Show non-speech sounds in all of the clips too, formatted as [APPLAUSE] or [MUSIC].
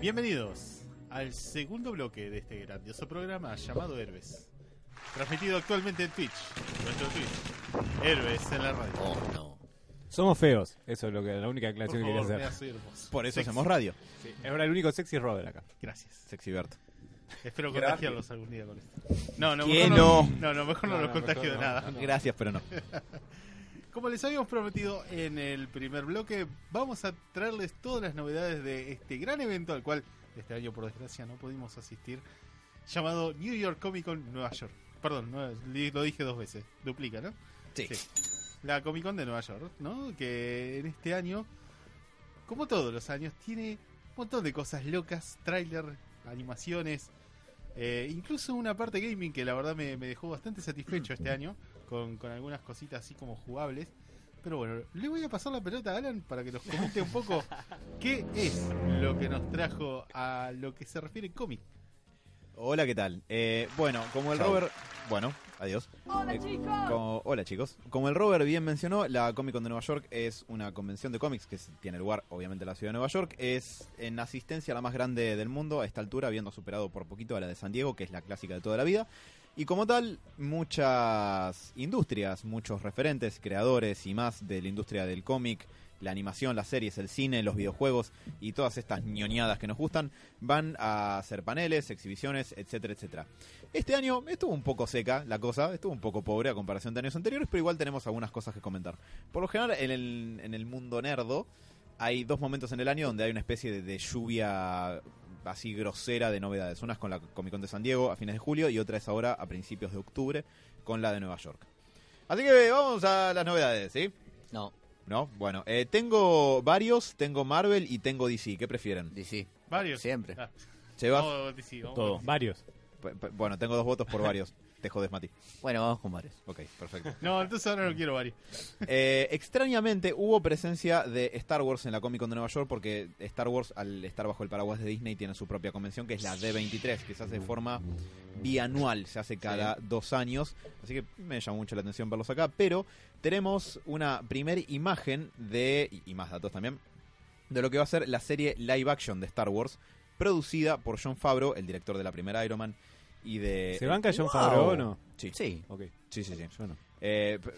Bienvenidos al segundo bloque de este grandioso programa llamado Herbes. Transmitido actualmente en Twitch, nuestro Twitch, Herbes en la radio. Oh, no. Somos feos, eso es lo que la única Por aclaración que quería favor, me hacer. hace hermoso. Por eso Sexy. hacemos radio. Es ahora el único sexy es Robert acá. Gracias. Sexy Bert. Espero Gracias. contagiarlos algún día con esto. No, no, Que mejor no. No, no, mejor no, No, los no, contagio mejor de no. nada. Gracias, pero no. Como les habíamos prometido en el primer bloque, vamos a traerles todas las novedades de este gran evento al cual este año por desgracia no pudimos asistir, llamado New York Comic Con Nueva York. Perdón, no, li- lo dije dos veces, duplica, ¿no? Sí. La Comic Con de Nueva York, ¿no? Que en este año, como todos los años, tiene un montón de cosas locas, tráiler, animaciones, eh, incluso una parte gaming que la verdad me, me dejó bastante satisfecho este año, con, con algunas cositas así como jugables. Pero bueno, le voy a pasar la pelota a Alan para que nos comente un poco qué es lo que nos trajo a lo que se refiere cómic. Hola, ¿qué tal? Eh, bueno, como el Chau. Robert. Bueno, adiós. Hola Eh, chicos. Como- hola chicos. Como el Robert bien mencionó, la Comic Con de Nueva York es una convención de cómics que s- tiene lugar obviamente en la ciudad de Nueva York. Es en asistencia la más grande del mundo a esta altura, habiendo superado por poquito a la de San Diego, que es la clásica de toda la vida. Y como tal, muchas industrias, muchos referentes, creadores y más de la industria del cómic, la animación, las series, el cine, los videojuegos y todas estas ñoñadas que nos gustan, van a hacer paneles, exhibiciones, etcétera, etcétera. Este año estuvo un poco seca la cosa, estuvo un poco pobre a comparación de años anteriores, pero igual tenemos algunas cosas que comentar. Por lo general, en el, en el mundo nerdo hay dos momentos en el año donde hay una especie de, de lluvia así grosera de novedades. Una es con la Comic Con de San Diego a fines de julio y otra es ahora a principios de octubre con la de Nueva York. Así que vamos a las novedades, ¿sí? No, ¿No? Bueno, eh, tengo varios, tengo Marvel y tengo DC. ¿Qué prefieren? DC. Varios. Siempre. Ah, Sebas, vamos a- sí, vamos a- Todo. Varios. p- p- bueno, tengo dos votos por varios. Te jodes, Mati. Bueno, vamos con varios. Ok, perfecto. No, entonces ahora no quiero varios. Eh, extrañamente hubo presencia de Star Wars en la Comic Con de Nueva York porque Star Wars al estar bajo el paraguas de Disney tiene su propia convención que es la D23 que se hace de forma bianual, se hace cada dos años, así que me llamó mucho la atención verlos acá, pero tenemos una primer imagen de, y- y más datos también, de lo que va a ser la serie live action de Star Wars producida por John Favreau, el director de la primera Iron Man y de... ¿Se banca John wow. Favreau o no? Sí, [LAUGHS] Sí. Ok, sí, sí. sí. yo no. Eh, p-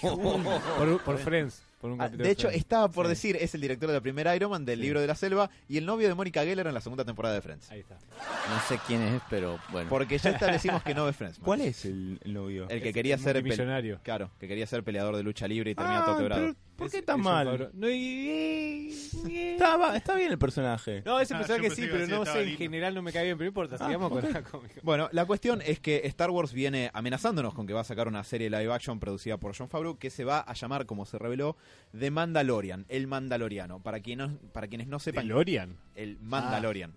Por, por Friends, por un Ah, capítulo de hecho, Friends. estaba por Sí. decir, es el director de la primera Iron Man, del Sí. libro de la selva, y el novio de Mónica Geller en la segunda temporada de Friends. Ahí está. No sé quién es, pero bueno. Porque ya establecimos que no ve Friends. man. ¿Cuál es el el novio? El que quería ser pele- millonario. Claro, que quería ser peleador de lucha libre y Ah, termina todo quebrado. ¿Por qué tan mal? No, y- y- Estaba, está bien el personaje. no, ese Ah, personaje yo que pensé sí, que pero decía no estaba sé, en lindo. general no me cae bien, pero no importa, sigamos con la cómica. Bueno, la cuestión es que Star Wars viene amenazándonos con que va a sacar una serie live action producida por John Favreau que se va a llamar, como se reveló, The Mandalorian, el Mandaloriano. Para quienes, para quienes no sepan, Lorian. el Ah. Mandalorian,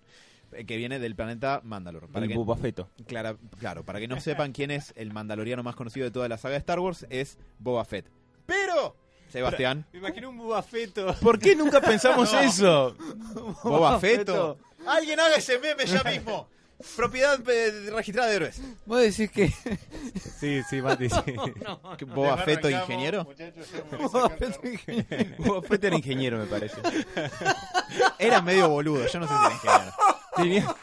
eh, que viene del planeta Mandalor. Para El que- Boba Fett. Clara- claro, para que no sepan quién es el mandaloriano más conocido de toda la saga de Star Wars, es Boba Fett. Pero, Sebastián, Me imagino un bubafeto. ¿Por qué nunca pensamos eso? [LAUGHS] Boba Feto. Alguien haga ese meme ya mismo. Propiedad eh, registrada de héroes. Vos decís [LAUGHS] que. [LAUGHS] Sí, sí, Mati, [LAUGHS] sí. ¿Qué, ¿Boba Feto Arrancamos, ingeniero? [LAUGHS] muchachos, ya me voy a sacar la- Boba Fett era ingeniero, me parece. [LAUGHS] Era medio boludo, yo no sé si era ingeniero. Tenía-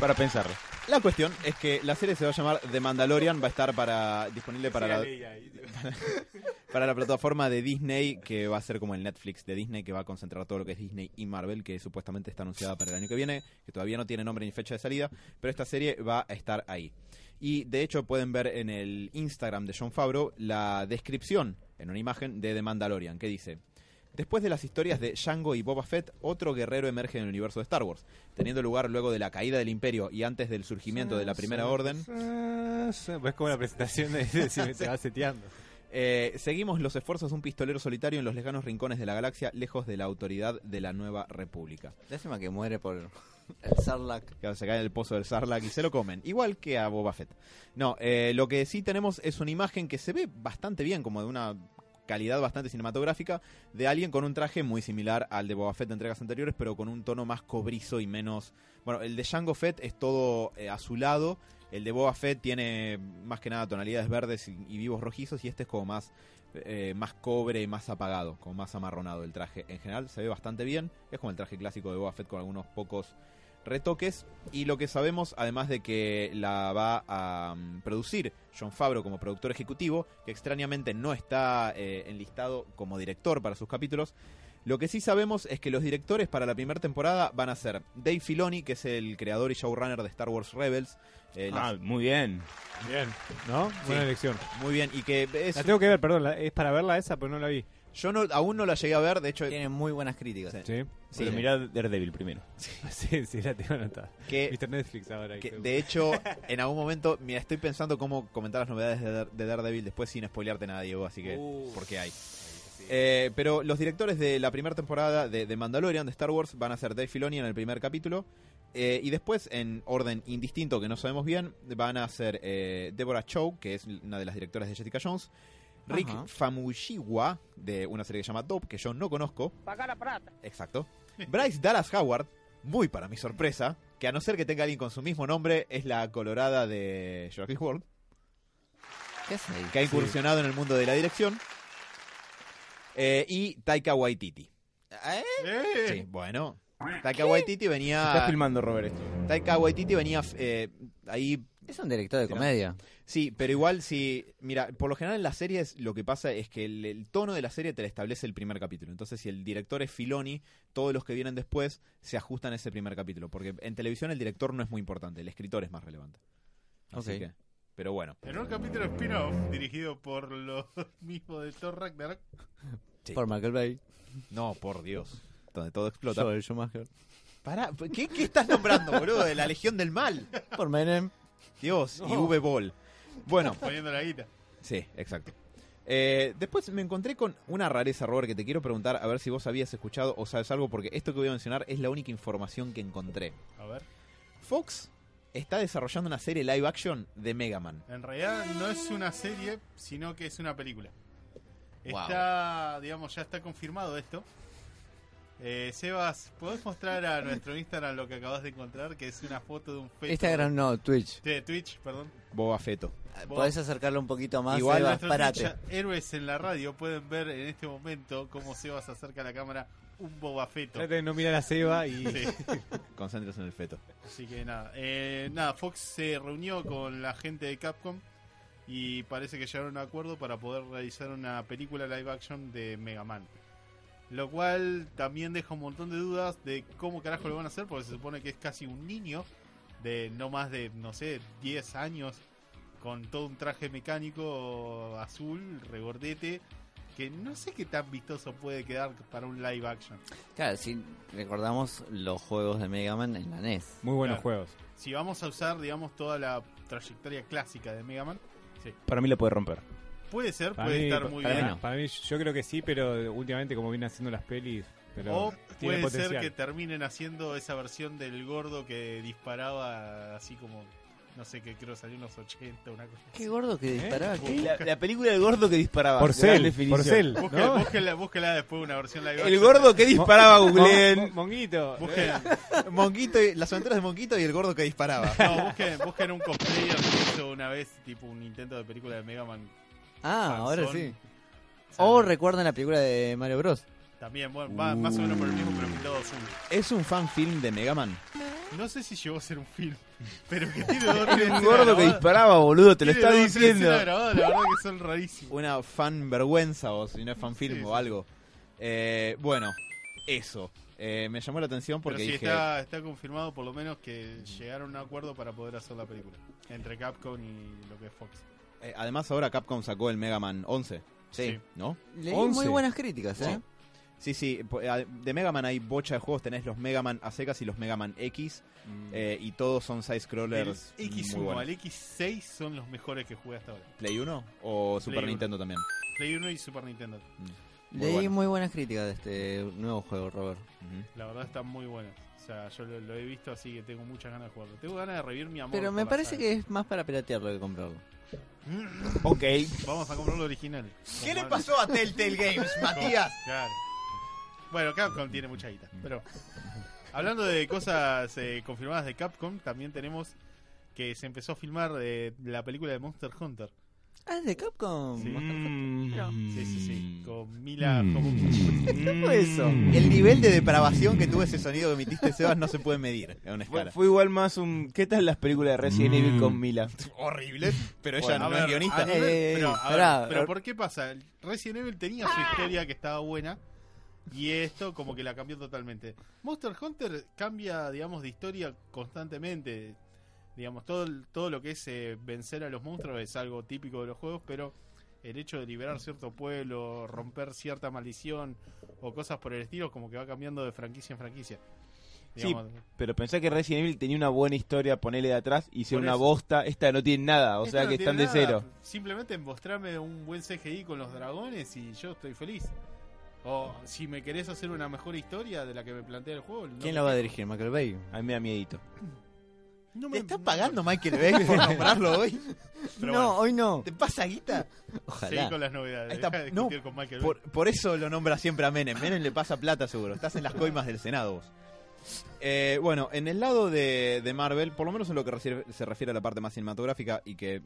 Para pensarlo. La cuestión es que la serie se va a llamar The Mandalorian, va a estar para disponible para la, para la plataforma de Disney, que va a ser como el Netflix de Disney, que va a concentrar todo lo que es Disney y Marvel, que supuestamente está anunciada para el año que viene, que todavía no tiene nombre ni fecha de salida, pero esta serie va a estar ahí. Y de hecho pueden ver en el Instagram de John Favreau la descripción en una imagen de The Mandalorian, que dice... Después de las historias de Django y Boba Fett, otro guerrero emerge en el universo de Star Wars, teniendo lugar luego de la caída del Imperio y antes del surgimiento de la Primera Orden. Pues como la presentación de de- si me- se va seteando. Eh, seguimos los esfuerzos de un pistolero solitario en los lejanos rincones de la galaxia, lejos de la autoridad de la nueva república. [LAUGHS] Lástima que muere por el Sarlacc. Que se cae en el pozo del Sarlacc y se lo comen, igual que a Boba Fett. No, eh, lo que sí tenemos es una imagen que se ve bastante bien, como de una calidad bastante cinematográfica de alguien con un traje muy similar al de Boba Fett de entregas anteriores, pero con un tono más cobrizo y menos... Bueno, el de Django Fett es todo eh, azulado, el de Boba Fett tiene más que nada tonalidades verdes y, y vivos rojizos y este es como más, eh, más cobre, más apagado, como más amarronado el traje. En general se ve bastante bien, es como el traje clásico de Boba Fett con algunos pocos retoques y lo que sabemos además de que la va a mm, producir John Favreau como productor ejecutivo que extrañamente no está eh, enlistado como director para sus capítulos lo que sí sabemos es que los directores para la primera temporada van a ser Dave Filoni que es el creador y showrunner de Star Wars Rebels eh, la- Ah, muy bien. Bien. ¿No? Buena Sí. elección. muy bien y que es- La tengo que ver, perdón. la- es para verla esa, pero no la vi. yo no, aún no la llegué a ver de hecho Tiene muy buenas críticas. Sí. Sí. Pero mirá Daredevil primero. [LAUGHS] Sí, sí, la tengo anotada. que Mr. Netflix ahora. Eh, Que, creo. de hecho, en algún momento, mira, estoy pensando cómo comentar las novedades de, Dar- de Daredevil después sin spoilearte nada, Diego, así que, porque hay. Eh, pero los directores de la primera temporada de, de Mandalorian, de Star Wars, van a ser Dave Filoni en el primer capítulo. eh, y después, en orden indistinto que no sabemos bien, van a ser eh, Deborah Chow, que es una de las directoras de Jessica Jones. Rick Ajá. Famuyiwa, de una serie que se llama Top, que yo no conozco. pagar a prata. Exacto. Bryce Dallas Howard, muy para mi sorpresa, que a no ser que tenga alguien con su mismo nombre, es la colorada de Jurassic World, ¿Qué es ahí? que ha incursionado en el mundo de la dirección. Eh, y Taika Waititi. ¡Eh! Sí, bueno. Taika Waititi venía. Estás filmando, Robert, esto. Taika Waititi venía eh, ahí Es un director de Mira. comedia. Sí, pero igual si, mira, por lo general en las series lo que pasa es que el, el tono de la serie te la establece el primer capítulo. Entonces, si el director es Filoni, todos los que vienen después se ajustan a ese primer capítulo. Porque en televisión el director no es muy importante, el escritor es más relevante. Así Ok. que, pero bueno. En un capítulo spin-off dirigido por los [LAUGHS] mismos de Thor Ragnarok. Sí. Por Michael Bay. No, por Dios. Donde todo explota. Joel Schumacher. Pará, ¿qué, qué estás nombrando, boludo? De la Legión del Mal. Por [LAUGHS] Menem. Dios, y V-Ball. Bueno. Poniendo la guita. Sí, exacto. Eh, después me encontré con una rareza, Robert, que te quiero preguntar a ver si vos habías escuchado o sabes algo, porque esto que voy a mencionar es la única información que encontré. A ver. Fox está desarrollando una serie live action de Mega Man. En realidad no es una serie, sino que es una película. Wow. Está, digamos, ya está confirmado esto. Eh, Sebas, ¿podés mostrar a [LAUGHS] nuestro Instagram lo que acabas de encontrar? Que es una foto de un feto. Instagram no, Twitch. De Twitch, perdón. Boba Feto. Ah, Podés acercarlo un poquito más. Igual Eva, Nuestro parate. Twitch, héroes en la radio pueden ver en este momento cómo Sebas acerca a la cámara un boba feto. Traten de no mirar a Seba y. Sí. Concéntrese en el feto. Así que nada, eh, nada, Fox se reunió con la gente de Capcom y parece que llegaron a un acuerdo para poder realizar una película live action de Mega Man. Lo cual también deja un montón de dudas de cómo carajo lo van a hacer, porque se supone que es casi un niño de no más de, no sé, 10 años, con todo un traje mecánico azul, regordete, que no sé qué tan vistoso puede quedar para un live action. Claro, si recordamos los juegos de Mega Man en la E NES. Muy buenos Claro. juegos. Si vamos a usar, digamos, toda la trayectoria clásica de Mega Man, Para mí la puede romper. Puede ser, Para puede mí- estar muy para bien. mí no. Para mí, yo creo que sí, pero últimamente, como vienen haciendo las pelis. Pero O tiene puede ser potencial. que terminen haciendo esa versión del gordo que disparaba así como, no sé, que creo salió en los 80, una cosa Qué así. gordo que disparaba. ¿qué? ¿Eh? La, la película del gordo que disparaba. de gran Porcel, definición. Porcel. Búsquela, ¿no? búsquela, búsquela después una versión live El action. gordo que disparaba, Mon- googleen. Monguito. Busquen, Monguito y, las aventuras de Monguito y el gordo que disparaba. no, busquen, busquen un cosplayer que hizo una vez, tipo un intento de película de Mega Man. Ah, ahora Panzón. sí. O sea, Oh, O recuerdan la película de Mario Bros. También, bueno, va más o menos por el mismo, pero pintado azul. ¿Es un fan film de Mega Man? No sé si llegó a ser un [LAUGHS] film, pero que tiene dos tres escenas El gordo que grabadas. disparaba, boludo, te lo Tiene está dos, tres diciendo. escenas grabadas, la verdad que son [LAUGHS] rarísimas. Una fan vergüenza o si no es fan film Sí, o sí. algo. Eh, bueno, eso. Eh, me llamó la atención porque Pero sí, dije... está, está confirmado por lo menos que llegaron a un acuerdo para poder hacer la película. Entre Capcom y lo que es Fox. eh, además ahora Capcom sacó el Mega Man 11, Sí. ¿no? Leí muy Once. buenas críticas, ¿eh? Sí, sí, po- eh, de Mega Man hay bocha de juegos, tenés los Mega Man a secas y los Mega Man X, eh, y todos son side El scrollers. muy X1 buenos. al X6 son los mejores que jugué hasta ahora. Play 1 o Super uno. Nintendo también. Play 1 y Super Nintendo. Muy Leí bueno. muy buenas críticas de este nuevo juego, Robert. Ujú. La verdad están muy buenas. O sea, yo lo, lo he visto así que tengo muchas ganas de jugarlo. Tengo ganas de revivir mi amor. Pero me por la parece saga. que es más para piratearlo que comprarlo. Ok. Vamos a comprar lo original. ¿Qué le Como- pasó a Telltale [LAUGHS] Games, Matías? Claro. Bueno, Capcom tiene mucha guita. Pero hablando de cosas eh, confirmadas de Capcom, también tenemos que se empezó a filmar eh, la película de Monster Hunter. Ah, es de Capcom. Sí. Sí, sí, sí. Con Mila Mm. Jovovich. eso? El nivel de depravación que tuvo ese sonido que emitiste, Sebas, no se puede medir en una Fue, escala. fue igual más un. ¿Qué tal las películas de Resident Mm. Evil con Mila? horrible, pero ella Bueno, no a ver, es guionista. a nivel- Eh, pero, a ver, pará, pero a ver. ¿por qué pasa? Resident Evil tenía su historia que estaba buena y esto como que la cambió totalmente. Monster Hunter cambia, digamos, de historia constantemente. Digamos, todo, el- todo lo que es eh, vencer a los monstruos es algo típico de los juegos, pero el hecho de liberar cierto pueblo, romper cierta maldición o cosas por el estilo, como que va cambiando de franquicia en franquicia. Sí, Digamos, Pero pensé que Resident Evil tenía una buena historia, ponele de atrás, y ser Por una eso. bosta. Esta no tiene nada, o Esto sea no que tiene están de nada, cero. Simplemente mostrarme un buen CGI con los dragones y yo estoy feliz. O si me querés hacer una mejor historia de la que me plantea el juego. no ¿Quién me- la va a dirigir? ¿Michael Bay? A mí me da miedito. No me- ¿Te está no- pagando Michael Bay por nombrarlo [LAUGHS] hoy? Pero no, bueno, hoy no. ¿Te pasa guita? seguí Ojalá. con las novedades. Ahí está, Deja de no, discutir con Michael Por, Bay. por eso lo nombra siempre a Menem. Menem le pasa plata seguro. Estás en las coimas del Senado vos. Eh, bueno, en el lado de, de Marvel, por lo menos en lo que refiere- se refiere a la parte más cinematográfica y que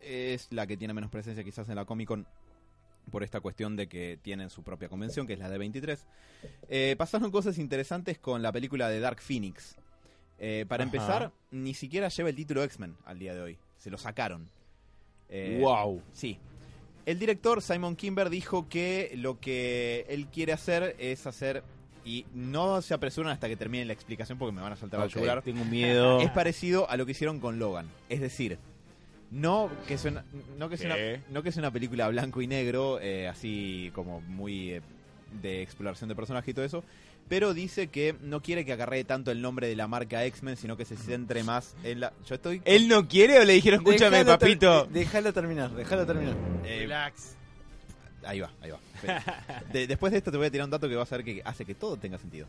es la que tiene menos presencia quizás en la Comic Con por esta cuestión de que tienen su propia convención, que es la de 23, eh, pasaron cosas interesantes con la película de Dark Phoenix. Eh, para Ajá. empezar, ni siquiera lleva el título X-Men al día de hoy. Se lo sacaron. Eh, ¡Wow! Sí. El director Simon Kimber dijo que lo que él quiere hacer es hacer. Y no se apresuran hasta que termine la explicación porque me van a saltar al Ok, celular. Tengo miedo. Es parecido a lo que hicieron con Logan. Es decir, no que es una, no que es una, ¿Qué? no que es una película blanco y negro, eh, así como muy eh, de exploración de personaje y todo eso. Pero dice que no quiere que agarre tanto el nombre de la marca X-Men, sino que se centre más en la. Yo estoy. ¿Él no quiere o le dijeron, escúchame, Déjalo ter- papito? de- Déjalo terminar, déjalo terminar. eh, Relax. Ahí va, ahí va. De- después de esto te voy a tirar un dato que vas a ver que hace que todo tenga sentido.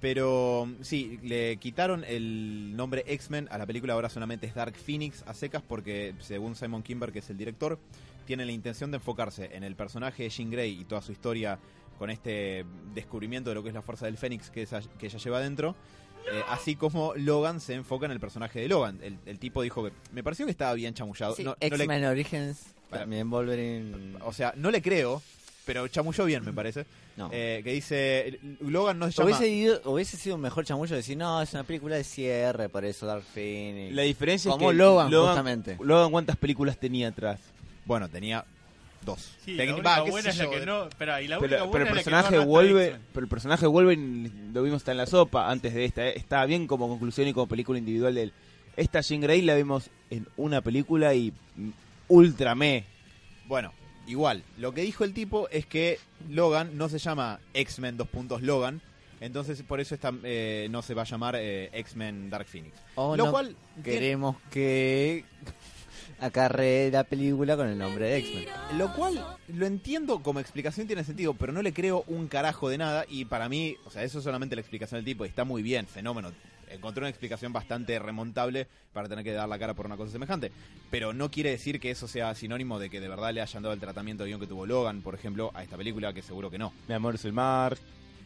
Pero sí, le quitaron el nombre X-Men a la película, ahora solamente es Dark Phoenix a secas porque según Simon Kimber, que es el director, tiene la intención de enfocarse en el personaje de Jean Grey y toda su historia con este descubrimiento de lo que es la fuerza del Fénix que, esa- que ella lleva adentro. eh, así como Logan se enfoca en el personaje de Logan. El, el tipo dijo que me pareció que estaba bien chamullado. Sí, No- no le- X-Men Origins, Para- Oh, también Wolverine. o sea, no le creo, pero chamulló bien, me parece. no. Eh, que dice Logan no se llama hubiese, ido- hubiese sido un mejor chamullo decir, no, es una película de cierre, por eso Dark Phoenix. La diferencia Como es que Logan, justamente. Logan, ¿cuántas películas tenía atrás? bueno tenía dos Sí, Tec- la va, única qué buena sé es la yo, eh. que de- no. Espera, y la única Pero, buena pero el es la que personaje no arrastra vuelve, X-Men. pero el personaje Wolverine lo vimos hasta en la sopa antes de esta. eh. Estaba bien como conclusión y como película individual de él. Esta Jean Grey la vimos en una película y mm, ultra me. bueno igual lo que dijo el tipo es que Logan no se llama X-Men dos puntos Logan entonces por eso esta, eh, no se va a llamar eh, X-Men Dark Phoenix O lo Oh, no cual tiene- queremos que acarre la película con el nombre de X-Men. lo cual lo entiendo como explicación tiene sentido pero no le creo un carajo de nada y para mí o sea eso es solamente la explicación del tipo y está muy bien fenómeno encontré una explicación bastante remontable para tener que dar la cara por una cosa semejante. Pero no quiere decir que eso sea sinónimo de que de verdad le hayan dado el tratamiento de guión que tuvo Logan, por ejemplo, a esta película, que seguro que no. Mi amor es el mar.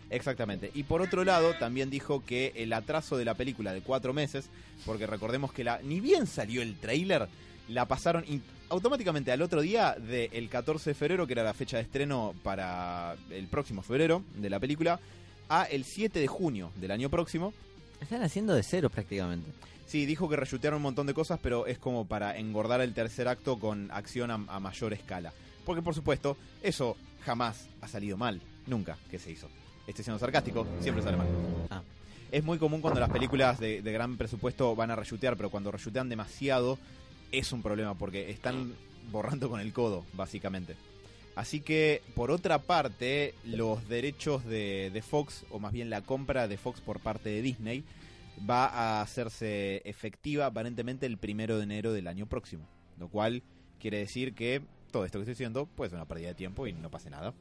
Exactamente. Y por otro lado, también dijo que el atraso de la película de cuatro meses, porque recordemos que la ni bien salió el tráiler, la pasaron in- automáticamente al otro día del 14 de febrero, que era la fecha de estreno para el próximo febrero de la película, a el 7 de junio del año próximo. Están haciendo de cero prácticamente. Sí, dijo que reshutearon un montón de cosas, pero es como para engordar el tercer acto con acción a, a mayor escala. Porque, por supuesto, eso jamás ha salido mal. Nunca que se hizo. Este siendo sarcástico, siempre sale mal. Ah. Es muy común cuando las películas de, de gran presupuesto van a reshutear, pero cuando reshutean demasiado es un problema porque están borrando con el codo, básicamente. Así que, por otra parte, los derechos de, de Fox, o más bien la compra de Fox por parte de Disney, va a hacerse efectiva aparentemente el primero de enero del año próximo. Lo cual quiere decir que todo esto que estoy diciendo, pues es una pérdida de tiempo y no pase nada.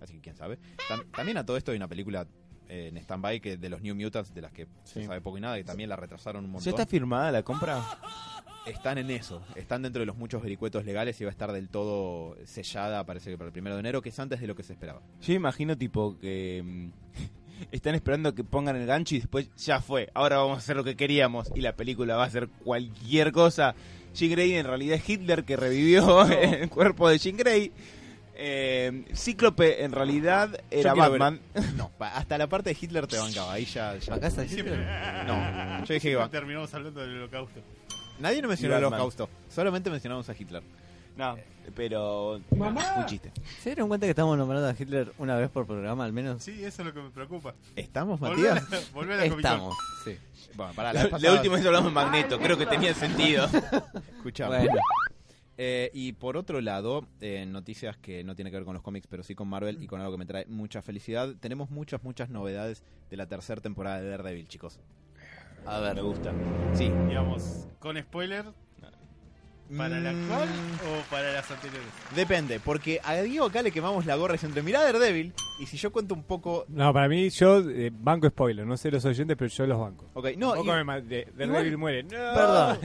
Así que quién sabe. Tam- también a todo esto hay una película eh, en stand-by que de los New Mutants, de las que Sí. se sabe poco y nada, y también la retrasaron un ¿Ya montón. está firmada la compra? Están en eso, están dentro de los muchos vericuetos legales y va a estar del todo sellada, parece que para el primero de enero, que es antes de lo que se [LAUGHS] esperaba. Yo imagino tipo que mm, [LAUGHS] están esperando que pongan el gancho y después ya fue. Ahora vamos a hacer lo que queríamos y la película va a ser cualquier cosa. Jean Grey en realidad es Hitler que revivió el cuerpo de Jean Grey. Eh, Cíclope en realidad era quiero ver- Batman. No, pa- hasta la parte de Hitler te bancaba, ahí ya... ya- ¿Acá está Siempre. Hitler? No, yo dije que va. Terminamos hablando del holocausto. Nadie no mencionó el Batman. holocausto, solamente mencionamos a Hitler. Eh, No, pero un chiste. ¿Se dieron cuenta que estamos nombrando a Hitler una vez por programa al menos? Sí, eso es lo que me preocupa. ¿Estamos, Volver a la, Matías? volvé a la Comic Con. Estamos, sí. Bueno, pará, [LAUGHS] [LAUGHS] La, la, vez la pasada- última vez hablamos de Magneto, creo que tenía sentido. Escuchá. Bueno. Eh, y por otro lado, eh, noticias que no tienen que ver con los cómics, pero sí con Marvel y con algo que me trae mucha felicidad. Tenemos muchas, muchas novedades de la tercera temporada de Daredevil, chicos. A ver. Me gusta. Sí. Digamos, con spoiler, ¿para la Mm, actual o para las anteriores? Depende, porque a Diego acá le quemamos la gorra y se entre mirá Daredevil, y si yo cuento un poco... No, para mí, yo eh, banco spoiler. No sé los oyentes, pero yo los banco. Ok, no, Tampoco y- me ma- de, Daredevil muere. No. Perdón.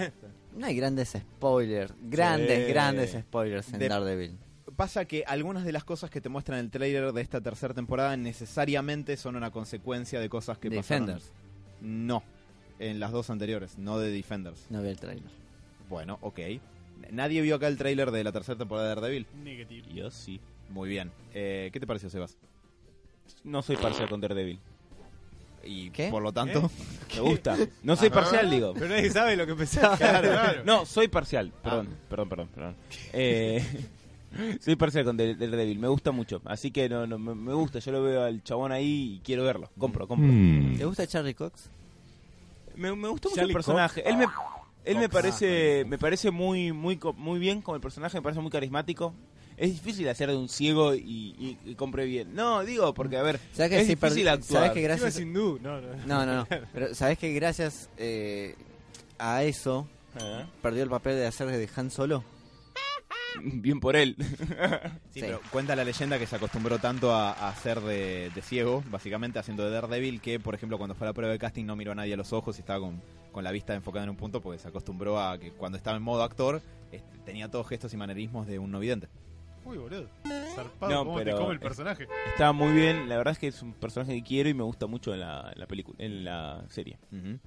No hay grandes spoilers. Grandes, Sí. grandes spoilers en De- Daredevil. pasa que algunas de las cosas que te muestran en el trailer de esta tercera temporada necesariamente son una consecuencia de cosas que pasaron. Defenders. No, en las dos anteriores, no de Defenders. No vi el trailer. Bueno, ok. Nadie vio acá el tráiler de la tercera temporada de Daredevil. Negativo. Yo sí. Muy bien. Eh, ¿Qué te pareció, Sebas? No soy parcial con Daredevil. Y ¿Qué? por lo ¿Eh? tanto, Me gusta. No Ah, soy parcial, [LAUGHS] digo. Pero nadie sabe lo que pensaba. [LAUGHS] No, soy parcial. Perdón, Ah. perdón, perdón, perdón. Eh, [LAUGHS] soy parcial con Dare- Daredevil. Me gusta mucho. Así que no, no, me- me gusta. Yo lo veo al chabón ahí y quiero verlo. Compro, compro. ¿Te gusta Charlie Cox? Me, me gustó mucho Charlie el Cox. personaje. Él me, él me parece, me parece muy, muy, co- muy bien como el personaje. Me parece muy carismático. Es difícil hacer de un ciego y, y- y compre bien. No, digo, porque a ver, ¿Sabes que es sí perdí- difícil ¿Sabes actuar. que Iba gracias? sin du, no, Eh, [LAUGHS] no. No, no, no. Pero sabes que gracias eh, a eso Ah, perdió el papel de hacer de Han Solo. Bien por él. [LAUGHS] sí, Sí. pero cuenta la leyenda que se acostumbró tanto a, a hacer de, de ciego, básicamente haciendo de Daredevil, que por ejemplo cuando fue a la prueba de casting no miró a nadie a los ojos y estaba con, con la vista enfocada en un punto porque se acostumbró a que cuando estaba en modo actor este, tenía todos gestos y manerismos de un no vidente. Uy, boludo. Zarpado, No, cómo pero- te come el personaje. [LAUGHS] Está muy bien, la verdad es que es un personaje que quiero y me gusta mucho en la, en la película, en la serie. Ujú.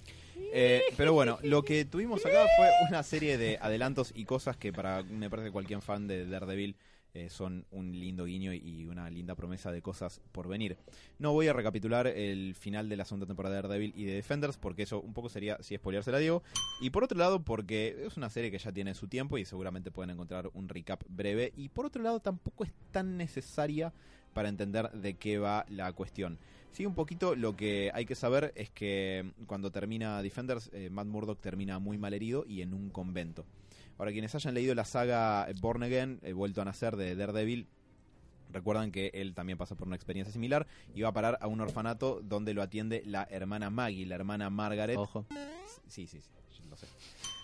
Eh, pero bueno, lo que tuvimos acá fue una serie de adelantos y cosas que para me parece cualquier fan de Daredevil eh, son un lindo guiño y una linda promesa de cosas por venir. No voy a recapitular el final de la segunda temporada de Daredevil y de Defenders porque eso un poco sería si spoileársela a Diego. Y por otro lado porque es una serie que ya tiene su tiempo y seguramente pueden encontrar un recap breve. Y por otro lado tampoco es tan necesaria para entender de qué va la cuestión. Sí, un poquito lo que hay que saber es que mm, cuando termina Defenders, eh, Matt Murdock termina muy mal herido y en un convento. Ahora, quienes hayan leído la saga eh, Born Again, eh, Vuelto a Nacer de Daredevil, recuerdan que él también pasa por una experiencia similar y va a parar a un orfanato donde lo atiende la hermana Maggie, la hermana Margaret. Ojo. Sí, sí, sí, lo sé.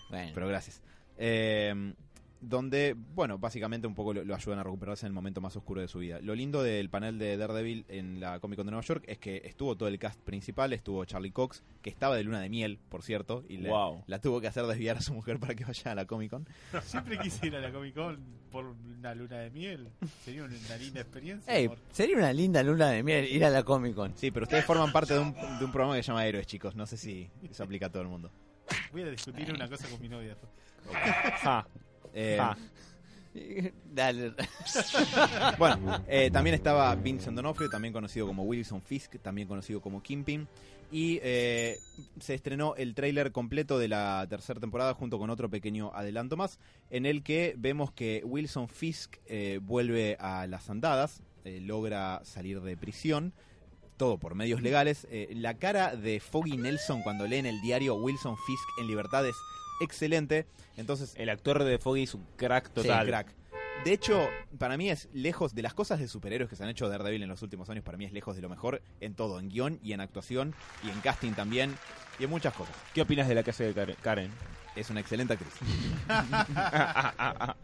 Bueno. Pero gracias. Eh, donde, bueno, básicamente un poco lo, lo ayudan a recuperarse en el momento más oscuro de su vida. Lo lindo del panel de Daredevil en la Comic Con de Nueva York es que estuvo todo el cast principal, estuvo Charlie Cox, que estaba de luna de miel, por cierto, y le- Wow. la tuvo que hacer desviar a su mujer para que vaya a la Comic Con. Siempre quise ir a la Comic Con por una luna de miel. Sería una linda experiencia. Ey, amor. sería una linda luna de miel ir a la Comic Con. [LAUGHS] Sí, pero ustedes forman parte de un, de un programa que se llama Héroes, chicos. No sé si se aplica a todo el mundo. Voy a discutir una cosa con mi novia. Ah, Eh, ah. Dale. Bueno, eh, también estaba Vincent D'Onofrio, también conocido como Wilson Fisk, también conocido como Kimping. Y eh, se estrenó el tráiler completo de la tercera temporada junto con otro pequeño adelanto más, en el que vemos que Wilson Fisk eh, vuelve a las andadas, eh, logra salir de prisión, todo por medios legales. Eh, la cara de Foggy Nelson cuando lee en el diario Wilson Fisk en libertad es excelente. Entonces El actor de Foggy es un crack total. Sí, crack. De hecho, para mí es lejos de las cosas de superhéroes que se han hecho de Daredevil en los últimos años, para mí es lejos de lo mejor en todo, en guión y en actuación y en casting también y en muchas cosas. ¿Qué opinas de la casa de Karen? Karen? es una excelente actriz. Ajá.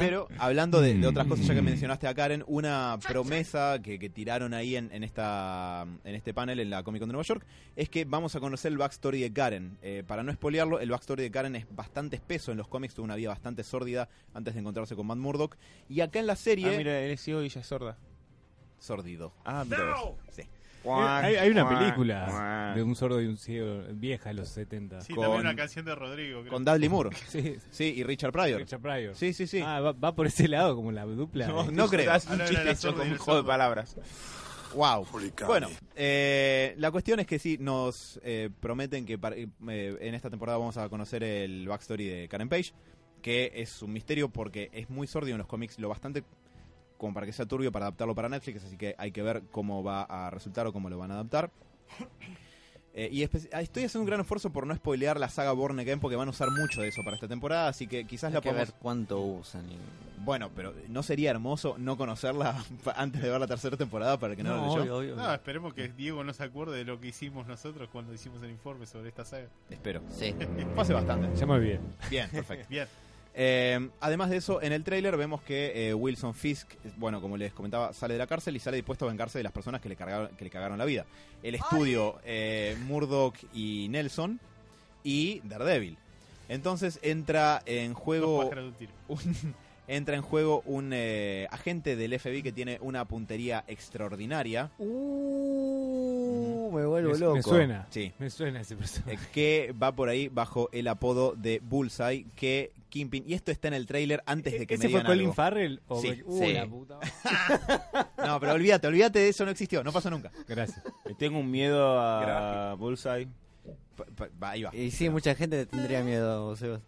Pero hablando de, de otras cosas, ya que mencionaste a Karen, una promesa que, que tiraron ahí en, en esta, en este panel en la Comic Con de Nueva York es que vamos a conocer el backstory de Karen. Eh, para no espolearlo, el backstory de Karen es bastante espeso en los cómics, tuvo una vida bastante sórdida antes de encontrarse con Matt Murdock. Y acá en la serie. Ah, mira, él es ciego y ella es sorda. Sordido. Ah, mira. vos. Sí. Hay, hay una Cuac, película cuac. de un sordo y un ciego vieja de los 70. Sí, Con- también una canción de Rodrigo. creo. Con Dudley Moore. Sí, Sí, y Richard Pryor. Richard Pryor. Sí, sí, sí. Ah, va, va por ese lado, como la dupla. No, de- no creo. Hace un Ahora chiste era hecho sordo y con un el juego de sordo. palabras. Wow. Bueno, eh, la cuestión es que sí, nos eh, prometen que para- eh, en esta temporada vamos a conocer el backstory de Karen Page, que es un misterio porque es muy sordio en los cómics, lo bastante como para que sea turbio para adaptarlo para Netflix, así que hay que ver cómo va a resultar o cómo lo van a adaptar. [COUGHS] Eh, y espe- ah, estoy haciendo un gran esfuerzo por no spoilear la saga Born Again porque van a usar mucho de eso para esta temporada, así que quizás Hay la que podemos... ver cuánto usan. y- Bueno, pero ¿no sería hermoso no conocerla [LAUGHS] antes de ver la tercera temporada para el que no, lo leyó? obvio, obvio, No, obvio. esperemos que Diego no se acuerde de lo que hicimos nosotros cuando hicimos el informe sobre esta [LAUGHS] saga. Espero. Sí. Pase bastante. Ya me olvidé. Bien, [LAUGHS] perfecto. Bien, Eh, además de eso, en el tráiler vemos que eh, Wilson Fisk, eh, bueno, como les comentaba, sale de la cárcel y sale dispuesto a vengarse de las personas que le, cargaron, que le cagaron la vida. El estudio, eh, Murdoch y Nelson, y Daredevil. Entonces entra en dos juego pájaros de un tiro. un- entra en juego un eh, agente del FBI que tiene una puntería extraordinaria. Uh, me vuelvo Me, loco. me suena. Sí. Me suena ese personaje. eh, que va por ahí bajo el apodo de Bullseye, que Kimpin, y esto está en el tráiler antes Este de que ¿Ese me fue digan Colin algo. Farrell? O Sí, uh, sí. la puta. No, pero olvídate, olvídate de eso, no existió, no pasó nunca. Gracias. Le tengo un miedo a Bullseye. Pa- pa- va, ahí va. Y sí, mucha gente le tendría miedo, Sebas.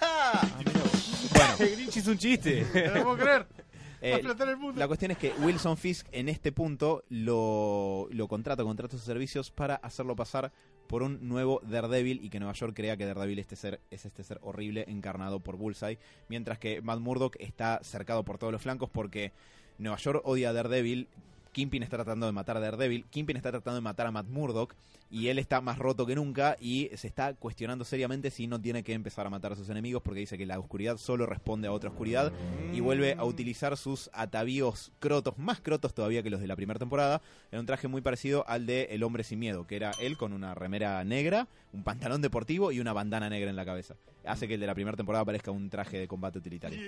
¡Ah! [LAUGHS] Grinch es un chiste. No lo puedo creer. Va a Eh, explotar el mundo. la cuestión es que Wilson Fisk en este punto lo, lo contrata, contrata sus servicios para hacerlo pasar por un nuevo Daredevil y que Nueva York crea que Daredevil este ser, es este ser horrible encarnado por Bullseye, mientras que Matt Murdock está cercado por todos los flancos porque Nueva York odia a Daredevil, Kingpin está tratando de matar a Daredevil, Kingpin está tratando de matar a Matt Murdock y él está más roto que nunca y se está cuestionando seriamente si no tiene que empezar a matar a sus enemigos porque dice que la oscuridad solo responde a otra oscuridad y vuelve a utilizar sus atavíos crotos, más crotos todavía que los de la primera temporada, en un traje muy parecido al de El hombre sin miedo, que era él con una remera negra, un pantalón deportivo y una bandana negra en la cabeza. Hace que el de la primera temporada parezca un traje de combate utilitario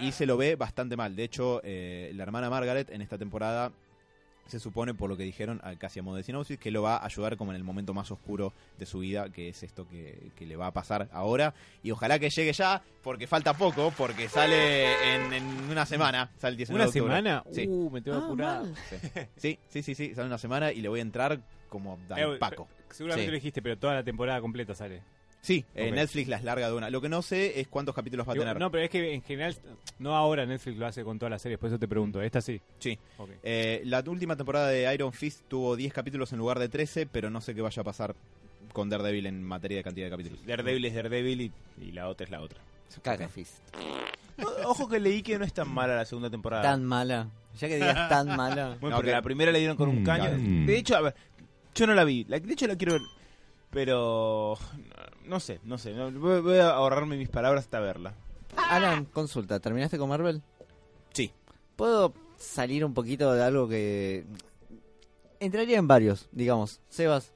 y se lo ve bastante mal. De hecho, eh, la hermana Margaret en esta temporada se supone, por lo que dijeron a- casi a modo de sinopsis, que lo va a ayudar como en el momento más oscuro de su vida, que es esto que, que le va a pasar ahora. Y ojalá que llegue ya, porque falta poco, porque sale en, en una semana. Sale el 19 ¿Una de octubre. semana? Sí. Uh, me tengo que Ah, apurar. mal. Sí, sí, sí, sí, sale una semana y le voy a entrar como Eh, al Paco. Seguramente Sí. lo dijiste, pero toda la temporada completa sale. Sí, eh, Ok. Netflix las larga de una. Lo que no sé es cuántos capítulos va a Digo, tener. No, pero es que en general, no ahora Netflix lo hace con todas las series, por eso te pregunto. Esta sí. Sí. Ok. Eh, la última temporada de Iron Fist tuvo 10 capítulos en lugar de 13, pero no sé qué vaya a pasar con Daredevil en materia de cantidad de capítulos. Daredevil es Daredevil y, y la otra es la otra. Caca, Fizz. O- Ojo que leí que no es tan mala la segunda temporada. Tan mala. Ya que digas tan mala. Bueno, No, porque que- la primera le dieron con un Mm, caño. claro. De hecho, a ver, yo no la vi. La- de hecho, la quiero ver. Pero. no- No sé, no sé. No- voy, voy a ahorrarme mis palabras hasta verla. Alan, consulta, ¿terminaste con Marvel? Sí. ¿Puedo salir un poquito de algo que... Entraría en varios, digamos. Sebas,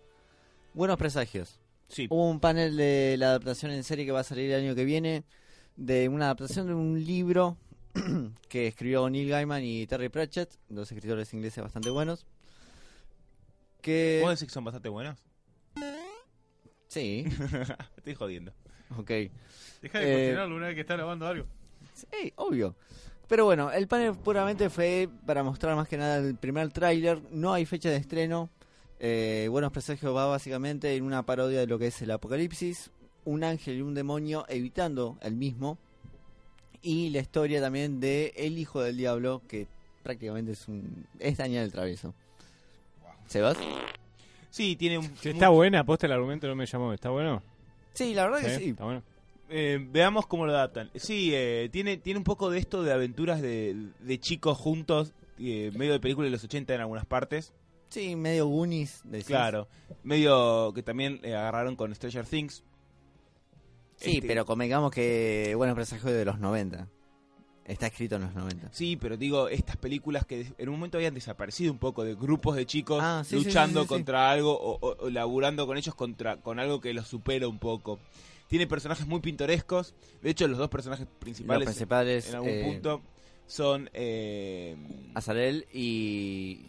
buenos presagios. Sí. Hubo un panel de la adaptación en serie que va a salir el año que viene, de una adaptación de un libro [CLEARS THROAT] que escribió Neil Gaiman y Terry Pratchett, dos escritores ingleses bastante buenos. Que... ¿Vos decís que son bastante buenas? Sí, Estoy jodiendo. ok. Deja de eh, cuestionarlo una vez que está grabando algo. Sí, obvio. Pero bueno, el panel puramente fue para mostrar más que nada el primer tráiler. No hay fecha de estreno. Eh, Buenos Presagios va básicamente en una parodia de lo que es el apocalipsis. Un ángel y un demonio evitando el mismo. Y la historia también de El Hijo del Diablo, que prácticamente es un... es Daniel el Travieso. ¿Sebas? Sí, tiene un. Che, está buena, aposta el argumento, no me llamó. ¿Está bueno? Sí, la verdad que sí. Está bueno. Eh, veamos cómo lo adaptan. Sí, eh, tiene, tiene un poco de esto de aventuras de, de chicos juntos, eh, medio de película de los 80 en algunas partes. Sí, medio Goonies. decís. Claro. Medio que también eh, agarraron con Stranger Things. Sí, Este, pero convengamos que Buenos Presagios es de los 90. Está escrito en los 90. Sí, pero digo, estas películas que en un momento habían desaparecido un poco de grupos de chicos Ah, sí, sí, luchando sí, sí, sí. contra algo o, o- o laburando con ellos contra con algo que los supera un poco. Tiene personajes muy pintorescos. De hecho, los dos personajes Los principales principales. en algún eh, punto son eh, Azarel y.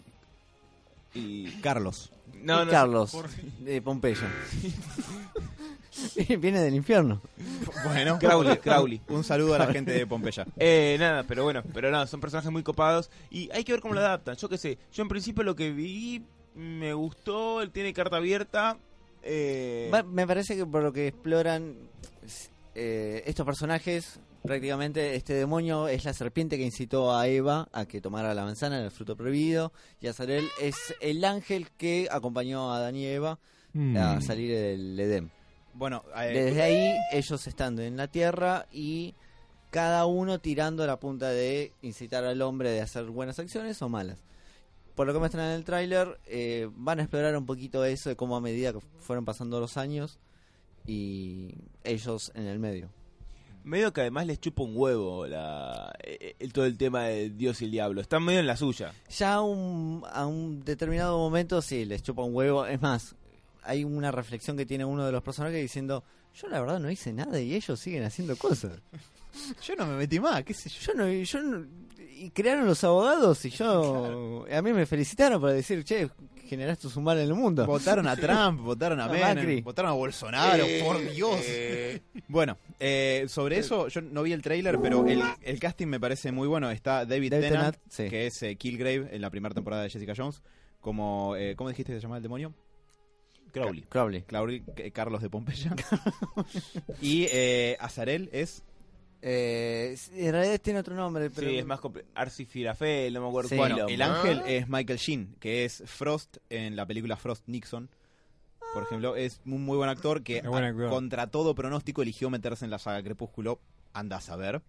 y Carlos. no, y no, Carlos. Jorge. De [LAUGHS] Pompeyo. Viene del infierno. Bueno, Crowley, Crowley. Un saludo a la gente de Pompeya. Eh, nada, pero bueno, pero nada, son personajes muy copados y hay que ver cómo lo adaptan. Yo qué sé, yo en principio lo que vi me gustó, él tiene carta abierta. Eh, Va- me parece que por lo que exploran eh, estos personajes, prácticamente este demonio es la serpiente que incitó a Eva a que tomara la manzana, el fruto prohibido, y Azarel es el ángel que acompañó a Adán y Eva Mm. a salir del Edén. Bueno, eh, Desde ahí, ellos estando en la tierra y cada uno tirando la punta de incitar al hombre de hacer buenas acciones o malas. Por lo que muestran en el tráiler, eh, van a explorar un poquito eso de cómo a medida que fueron pasando los años y ellos en el medio. Medio que además les chupa un huevo la, eh, eh, todo el tema de Dios y el diablo. Están medio en la suya. Ya a un, a un determinado momento sí, les chupa un huevo. Es más, hay una reflexión que tiene uno de los personajes diciendo, yo la verdad no hice nada y ellos siguen haciendo cosas. yo no me metí más, qué sé yo. Yo no, yo no- y crearon los abogados y yo a mí me felicitaron para decir, "Che, generaste un mal en el mundo." Votaron a Trump, votaron a A Menem, Macri. votaron a Bolsonaro, Eh, por Dios. eh, Bueno, eh, sobre eso, yo no vi el trailer, pero el, el casting me parece muy bueno. Está David, David Tennant, Tennant, sí. que es eh, Kilgrave en la primera temporada de Jessica Jones, como, eh, ¿cómo dijiste que se llamaba el demonio? Crowley. Crowley. Claudio eh, Carlos de Pompeya. y eh, Azarel es... Eh, en realidad tiene otro nombre, pero sí, es más complejo. Arsi Firafel, no me acuerdo Sí. cuál. Bueno, Quilombo. el ángel es Michael Sheen, que es Frost en la película Frost Nixon. Por ejemplo, es un muy buen actor que Es buen a- actor. contra todo pronóstico eligió meterse en la saga Crepúsculo. Anda a saber.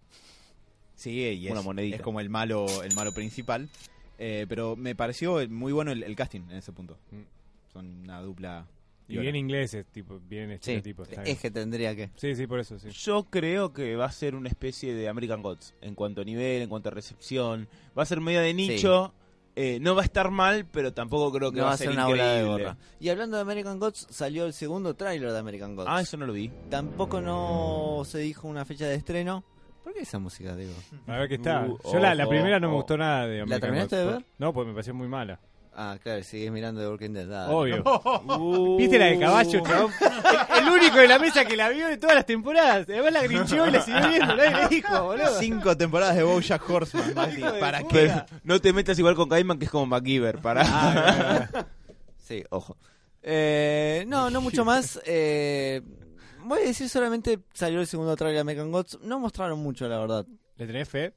Sí, y es, Una monedita. es como el malo, el malo principal. Eh, pero me pareció muy bueno el, el casting en ese punto. Mm. Son una dupla. Y bien ingleses, tipo, bien sí, estereotipo. está bien. es que tendría que. Sí, sí, por eso, sí. Yo creo que va a ser una especie de American Gods en cuanto a nivel, en cuanto a recepción. Va a ser medio de nicho. eh, no va a estar mal, pero tampoco creo que No va a ser una bola de increíble. gorra. Y hablando de American Gods, salió el segundo tráiler de American Gods. Ah, eso no lo vi. Tampoco no se dijo una fecha de estreno. ¿Por qué esa música, digo? A ver qué está. Uh, Yo la, la ojo, primera no me ojo. gustó nada de American terminaste Gods, de por- ver? No, pues me pareció muy mala. Ah, claro, sigues mirando The Walking Dead. dale. Obvio. Uh. ¿Viste la de caballo, chabón? El, el único de la mesa que la vio de todas las temporadas. Además la grinchó y la siguió viendo. Nadie le dijo, boludo. Cinco temporadas de Bojack Horseman, Mati. [LAUGHS] Hijo de ¿Para puta. qué? Pero no te metas igual con Cayman, que es como MacGyver. Para. Sí, ojo. Eh, no, no mucho más. Eh, voy a decir solamente salió el segundo trailer de American Gods. No mostraron mucho, la verdad. ¿Le tenés fe?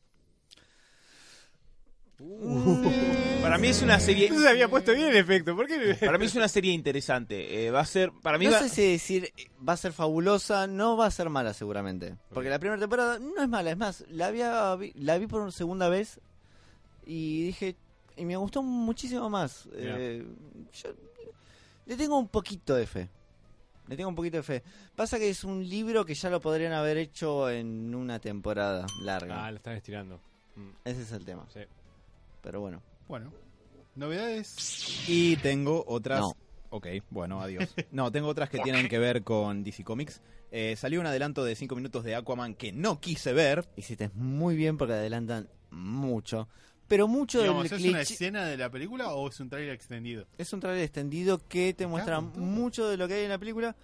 para mí es una serie. Entonces había puesto bien el efecto. ¿Por qué? Para mí es una serie interesante. eh, va a ser. Para mí No va- sé si decir eh, va a ser fabulosa, no va a ser mala seguramente. Porque la primera temporada no es mala, es más, la, había, vi- la vi por segunda vez y dije, y me gustó muchísimo más. Eh, yo le tengo un poquito de fe. Le tengo un poquito de fe. Pasa que es un libro que ya lo podrían haber hecho en una temporada larga. Ah, lo están estirando. Ese es el tema. Sí. Pero bueno. Bueno, novedades. Y tengo otras. No. Ok, bueno, adiós. No, tengo otras que tienen que ver con DC Comics. Eh, salió un adelanto de 5 minutos de Aquaman que no quise ver. [LAUGHS] Hiciste muy bien porque adelantan mucho. Pero mucho Digamos, del ¿Es cliché. una escena de la película o es un trailer extendido? Es un trailer extendido que te muestra cago en todo. mucho de lo que hay en la película.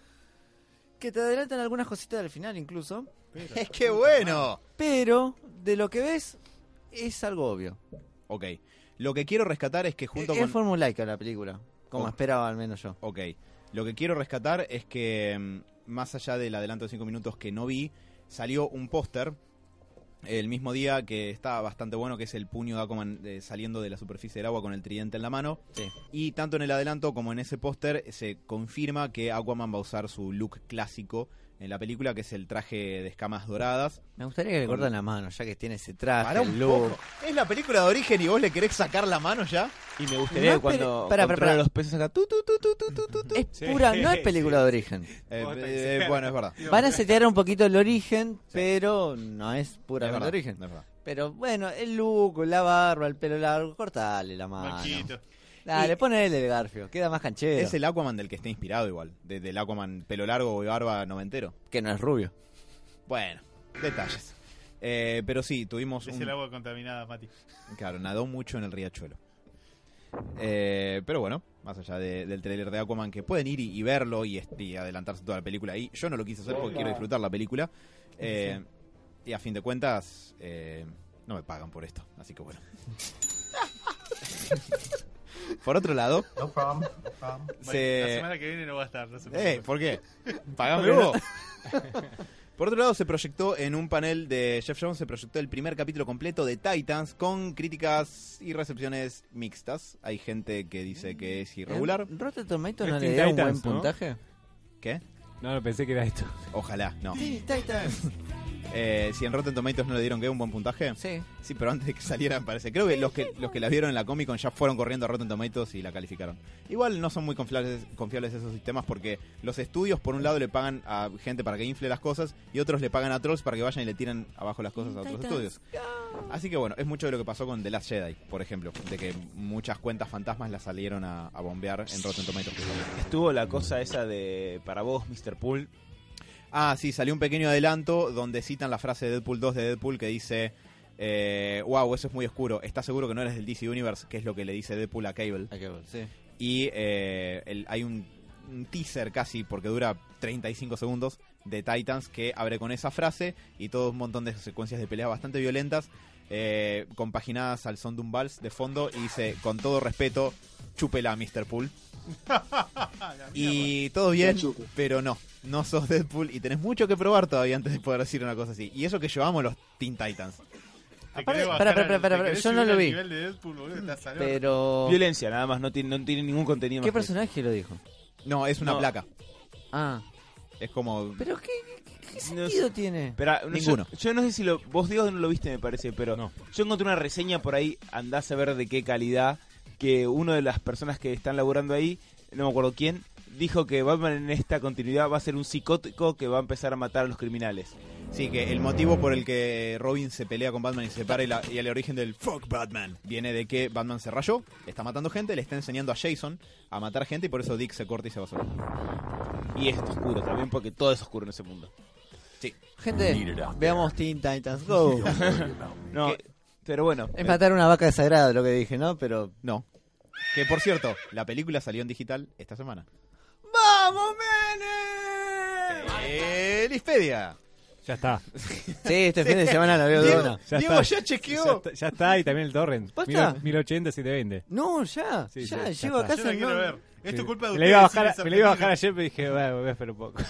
Que te adelantan algunas cositas al final incluso. Pero- ¡Es que bueno! Pero de lo que ves es algo obvio. Ok, lo que quiero rescatar es que junto es con. formulaica la película. Como Oh. esperaba al menos yo. Ok. Lo que quiero rescatar es que, mm, más allá del adelanto de 5 minutos que no vi, salió un póster el mismo día que está bastante bueno, que es el puño de Aquaman eh, saliendo de la superficie del agua con el tridente en la mano. Sí. Y tanto en el adelanto como en ese póster se confirma que Aquaman va a usar su look clásico en la película, que es el traje de escamas doradas. Me gustaría que le Con- corten la mano, ya que tiene ese traje. Pará un el look. poco. Es la película de origen y vos le querés sacar la mano ya. Y me gustaría No que cuando espere- pará, pará, controla pará. los peces acá. tu, tu, tu, tu, tu, tu, tu, tu. Es Sí, pura, no es película sí. de origen. Eh, Vos te eh, dices. bueno, es verdad. Van a setear un poquito el origen, pero no es Es puramente verdad, de origen. es verdad. Pero bueno, el look, la barba, el pelo largo, cortale la Ah, mano. Manquito. Dale, ponele el Garfio, queda más canchero. Es el Aquaman del que está inspirado igual. de- del Aquaman pelo largo y barba noventero. que no es rubio. Bueno, detalles. Eh, pero sí, tuvimos Es un- el agua contaminada, Mati. Claro, nadó mucho en el riachuelo. Eh, pero bueno, más allá de- del trailer de Aquaman, que pueden ir y, y verlo y, este, y adelantarse toda la película ahí. Yo no lo quise hacer porque quiero disfrutar la película. Eh, Y a fin de cuentas, eh, no me pagan por esto, así que bueno. por otro lado, No problem. No problem. Bueno, se- La semana que viene no va a estar. no se eh, preocupe. ¿por qué? Pagame vos. Por otro lado, se proyectó en un panel de Jeff Jones, se proyectó el primer capítulo completo de Titans con críticas y recepciones mixtas. Hay gente que dice que es irregular. ¿En Rotten Tomatoes no Es le Teen dio un buen Titans, ¿no? puntaje? ¿Qué? No, no pensé que era esto. Ojalá, no. Eh, si en Rotten Tomatoes no le dieron que un buen puntaje. [LAUGHS] Sí. Sí, pero antes de que salieran, parece. Creo que los que los que la vieron en la Comic Con ya fueron corriendo a Rotten Tomatoes y la calificaron. Igual no son muy confiables, confiables esos sistemas porque los estudios, por un lado, le pagan a gente para que infle las cosas y otros le pagan a trolls para que vayan y le tiren abajo las cosas a otros estudios. Así que bueno, es mucho de lo que pasó con The Last Jedi, por ejemplo, de que muchas cuentas fantasmas las salieron a, a bombear en Rotten Tomatoes. Estuvo la cosa esa de para vos, Mr. Pool. Ah, sí, salió un pequeño adelanto donde citan la frase de Deadpool 2 de Deadpool que dice, eh, wow, eso es muy oscuro, ¿estás seguro que no eres del DC Universe? Que es lo que le dice Deadpool a Cable. Hay que ver, sí. Y eh, el- hay un, un teaser casi, porque dura 35 segundos, de Titans que abre con esa frase y todo un montón de secuencias de peleas bastante violentas, eh, compaginadas al son de un vals de fondo y dice, con todo respeto, chúpela, Mr. Pool. Ah, la mierda. Y todo bien, pero no, no sos Deadpool y tenés mucho que probar todavía antes de poder decir una cosa así. Y eso que llevamos los Teen Titans. Te aparte- querés pará, bajar pará, al- pará, te pará, querés yo no subir lo al vi. nivel de Deadpool, boludo, estás al horno. Pero. Violencia, nada más, no tiene, no tiene ningún contenido ¿Qué más. que personaje lo dijo? No, es una No. placa. Ah, Es como... pero ¿qué, qué- qué No sentido tiene? eso. Pero, no, Ninguno. Yo, yo no sé si lo, vos Diego no lo viste, me parece, pero No. yo encontré una reseña por ahí, andás a ver de qué calidad, que una de las personas que están laburando ahí, no me acuerdo quién, dijo que Batman en esta continuidad va a ser un psicótico que va a empezar a matar a los criminales. Sí, que el motivo por el que Robin se pelea con Batman y se separa y, la- y el origen del Fuck Batman viene de que Batman se rayó, está matando gente, le está enseñando a Jason a matar gente y por eso Dick se corta y se va solo. Y esto es oscuro también, porque todo es oscuro en ese mundo. Gente, veamos Teen Titans Go. No, pero bueno. es matar una vaca sagrada lo que dije, ¿no? Pero. No. Que por cierto, la película salió en digital esta semana. ¡Vamos, Mene! Elispedia. Ya [LAUGHS] está. Sí, este fin de semana la veo de Diego, una. Ya Diego está. ya Ya chequeó. está, ya está, y también el torrent. ¿Posta? 1080, 720. No, ya, Sí, ya, sí, ya llego a está. Yo casa. no quiero no- ver. Es tu Sí. culpa de Me la iba a ustedes, bajar, sin me la iba a bajar Argentina. ayer, pero dije, bueno, voy a esperar un [LAUGHS] poco.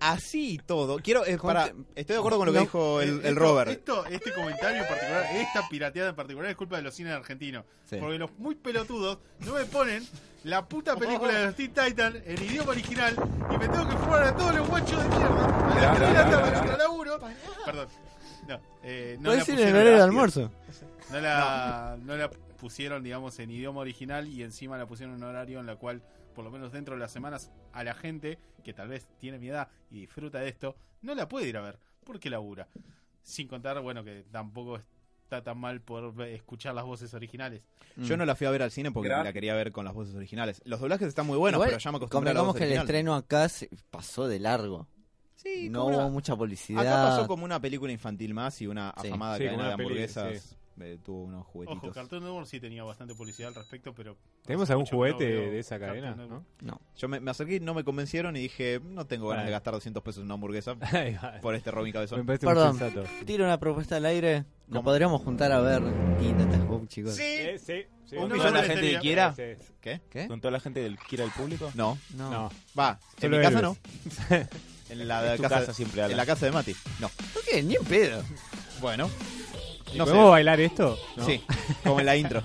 Así y todo. Quiero eh, para- estoy de acuerdo con lo que No, dijo eh, el, el esto- Robert. esto- este comentario en particular, esta pirateada en particular, es culpa de los cines argentinos. Sí. Porque los muy pelotudos no me ponen la puta película de los Teen Titans en idioma original y me tengo que fumar a todos los guachos de mierda. A las tres de la tarde mientras laburo. Perdón. No, eh, no la ¿Puedes ir en el pusieron horario de la- almuerzo? No la, no la pusieron, digamos, en idioma original y encima la pusieron en un horario en la cual, por lo menos dentro de las semanas, a la gente que tal vez tiene mi edad y disfruta de esto, no la puede ir a ver porque labura. Sin contar, bueno, que tampoco está tan mal por ve- escuchar las voces originales. Mm. Yo no la fui a ver al cine porque Gra- la quería ver con las voces originales. Los doblajes están muy buenos, Igual, pero ya me acostumbré a las Convengamos voces que el originales. estreno acá se pasó de largo. Sí, No como hubo una- mucha publicidad. Acá pasó como una película infantil más y una Sí. afamada Sí, cadena de como una peli, hamburguesas eh, tuvo unos juguetitos. Ojo, Cartoon Network sí tenía bastante publicidad al respecto, pero... ¿Tenemos hace algún mucho que juguete no veo de esa Cartoon cadena? Network. ¿no? [LAUGHS] Yo me, me acerqué, no me convencieron y dije, no tengo ganas Vale. de gastar 200 pesos en una hamburguesa Ahí va. por este Robin Me [LAUGHS] Cabezón. parece Perdón. un sensato. Tiro una propuesta al aire. Nos ¿Cómo? podríamos juntar a ver Teen Titans Go, chicos. ¿eh? Sí, Eh, sí, sí. Un ¿Con millón toda de la gente que estrellas. quiera? Sí, sí. ¿Qué? ¿Qué? ¿Con toda la gente que quiera el público? No, No. No. va, en Solo mi casa no. héroes. En la, tu casa, casa siempre, Alan. en la casa de Mati. No. ¿Por qué? Ni en pedo. Bueno. ¿Y No sé. ¿Podemos bailar esto? No. Sí, como en la intro.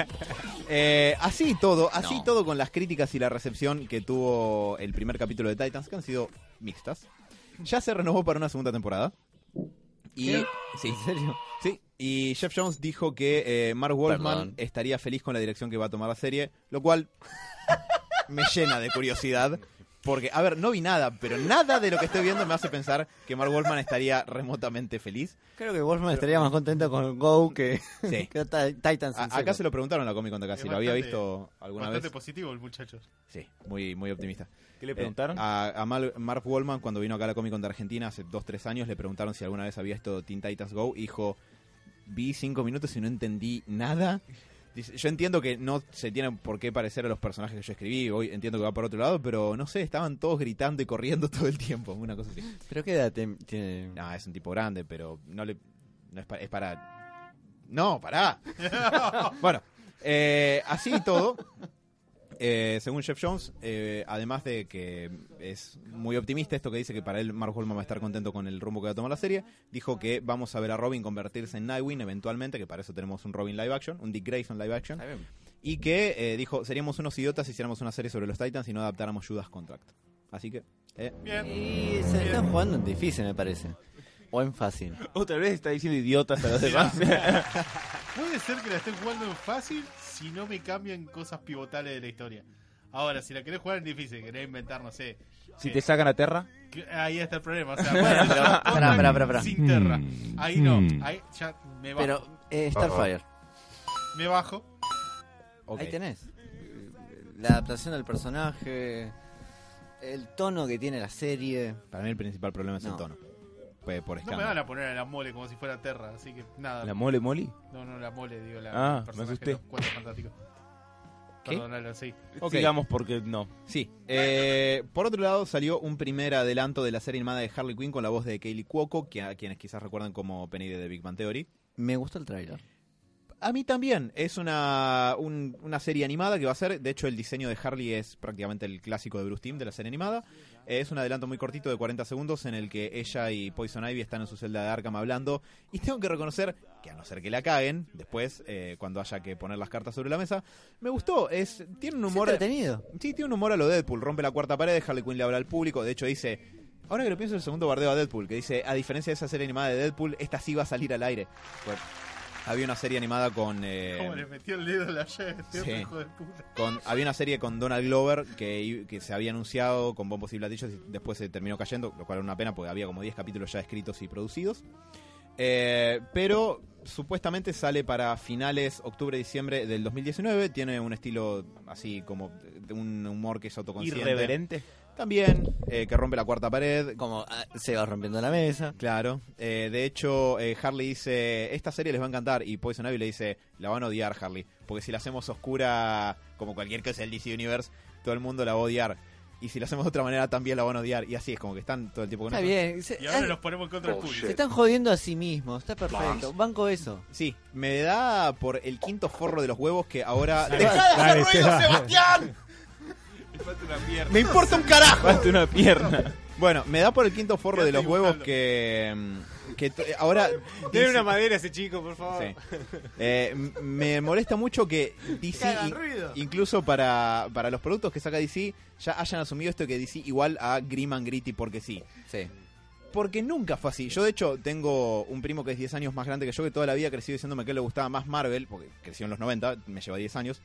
Eh, así y todo, así No. y todo con las críticas y la recepción que tuvo el primer capítulo de Titans, que han sido mixtas. Ya se renovó para una segunda temporada. Y, sí, ¿En serio? sí. y Jeff Jones dijo que eh, Mark Wolfman Perdón. estaría feliz con la dirección que va a tomar la serie, lo cual [LAUGHS] me llena de curiosidad. Porque, a ver, no vi nada, pero nada de lo que estoy viendo me hace pensar que Mark Wolfman estaría remotamente feliz. Creo que Wolfman estaría más contento con Go que, Sí. [LAUGHS] que Ti- Titans. en A- cero. acá se lo preguntaron a la Comic Con de acá, Es si lo había bastante- visto alguna Bastante vez. positivo el muchacho. Sí, muy, muy optimista. ¿Qué le Eh, preguntaron? a, a Mal- Mark Wallman, cuando vino acá a la Comic Con de Argentina hace 2-3 años, le preguntaron si alguna vez había visto Teen Titans Go. y Dijo: Vi 5 minutos y no entendí nada. Dice, yo entiendo que no se tienen por qué parecer a los personajes que yo escribí. Hoy entiendo que va por otro lado, pero no sé, estaban todos gritando y corriendo [LAUGHS] todo el tiempo. Una cosa así. ¿Pero qué edad te- tiene? Nah, es un tipo grande, pero no le. No es, pa- es para. No, pará. bueno, eh, así y todo. eh, según Jeff Jones, eh, además de que es muy optimista esto que dice que para él Mark Holman va a estar contento con el rumbo que va a tomar la serie, dijo que vamos a ver a Robin convertirse en Nightwing eventualmente, que para eso tenemos un Robin live action, un Dick Grayson live action, y que eh, dijo, seríamos unos idiotas si hiciéramos una serie sobre los Titans y no adaptáramos Judas Contract. Así que, eh, Bien. Y se están jugando en difícil, me parece. O en fácil. Otra vez está diciendo idiotas a los Mirá. demás. Puede ser que la estén jugando en fácil si no me cambian cosas pivotales de la historia. Ahora, si la querés jugar en difícil, querés inventar, no sé. [LAUGHS] si eh, te sacan a Terra. que- ahí está el problema. O [LAUGHS] sea, bueno, Pero, ya, pará, Contract pará, pará, pará. Sin terra. Mm, Ahí no. mm. Ahí ya me bajo. Pero eh, Starfire, Me bajo. ok. ahí tenés. La adaptación del personaje, el tono que tiene la serie. Para mí el principal problema es el No. tono. Pues, por No me van escándalo. a poner a la mole como si fuera Terra, así que nada. ¿La mole moli? no, no, la mole, digo, la Ah, el personaje me asusté. de los Cuatro Fantásticos. ¿Qué? Perdónalo, sí. Ok. Sigamos porque no. sí. Eh, por otro lado, salió un primer adelanto de la serie animada de Harley Quinn con la voz de Kaylee Cuoco, que a quienes quizás recuerdan como Penny de The Big Bang Theory. Me gustó el tráiler. A mí también. Es una, un- una serie animada que va a ser. De hecho, el diseño de Harley es prácticamente el clásico de Bruce Team de la serie animada. Eh, Es un adelanto muy cortito de 40 segundos en el que ella y Poison Ivy están en su celda de Arkham hablando. Y tengo que reconocer que, a no ser que la caguen, después, eh, cuando haya que poner las cartas sobre la mesa, me gustó. Es, tiene un Es humor. entretenido. Sí, tiene un humor a lo Deadpool. Rompe la cuarta pared, Harley Quinn le habla al público. De hecho, dice. Ahora que lo pienso, el segundo bardeo a Deadpool, que dice: A diferencia de esa serie animada de Deadpool, esta sí va a salir al aire. Bueno, había una serie animada con. eh, Como le metió el dedo a la llave, tío, sí. hijo de puta. con- había una serie con Donald Glover que, que se había anunciado con bombos y platillos y después se terminó cayendo, lo cual era una pena porque había como 10 capítulos ya escritos y producidos. Eh, pero supuestamente sale para finales octubre-diciembre del 2019. Tiene un estilo así como de un humor que es autoconsciente. Irreverente. También, eh, que rompe la cuarta pared. Como ah, se va rompiendo la mesa. Claro. Eh, de hecho, eh, Harley dice, esta serie les va a encantar. Y Poison Ivy le dice, la van a odiar, Harley. Porque si la hacemos oscura, como cualquier cosa del DC Universe, todo el mundo la va a odiar. Y si la hacemos de otra manera, también la van a odiar. Y así es, como que están todo el tiempo con Está eso. bien. Se, Y ahora ah, los ponemos en contra del público. se están jodiendo a sí mismos. Está perfecto. Banco eso. Sí, me da por el quinto forro de los huevos que ahora... Dale, Seba. [LAUGHS] ¡Me importa un carajo! Falta una pierna. Bueno, me da por el quinto forro Ya de los estoy huevos buscando. que... mm, que t- ahora... Dele una madera a ese chico, por favor. Sí. Eh, m- me molesta mucho [LAUGHS] que DC, Que hagan in- ruido. incluso para, para los productos que saca DC, ya hayan asumido esto de que DC igual a Grim and Gritty porque sí. Sí. Porque nunca fue así. Yo, de hecho, tengo un primo que es 10 años más grande que yo, que toda la vida creció diciéndome que le gustaba más Marvel, porque creció en los 90, me lleva 10 años.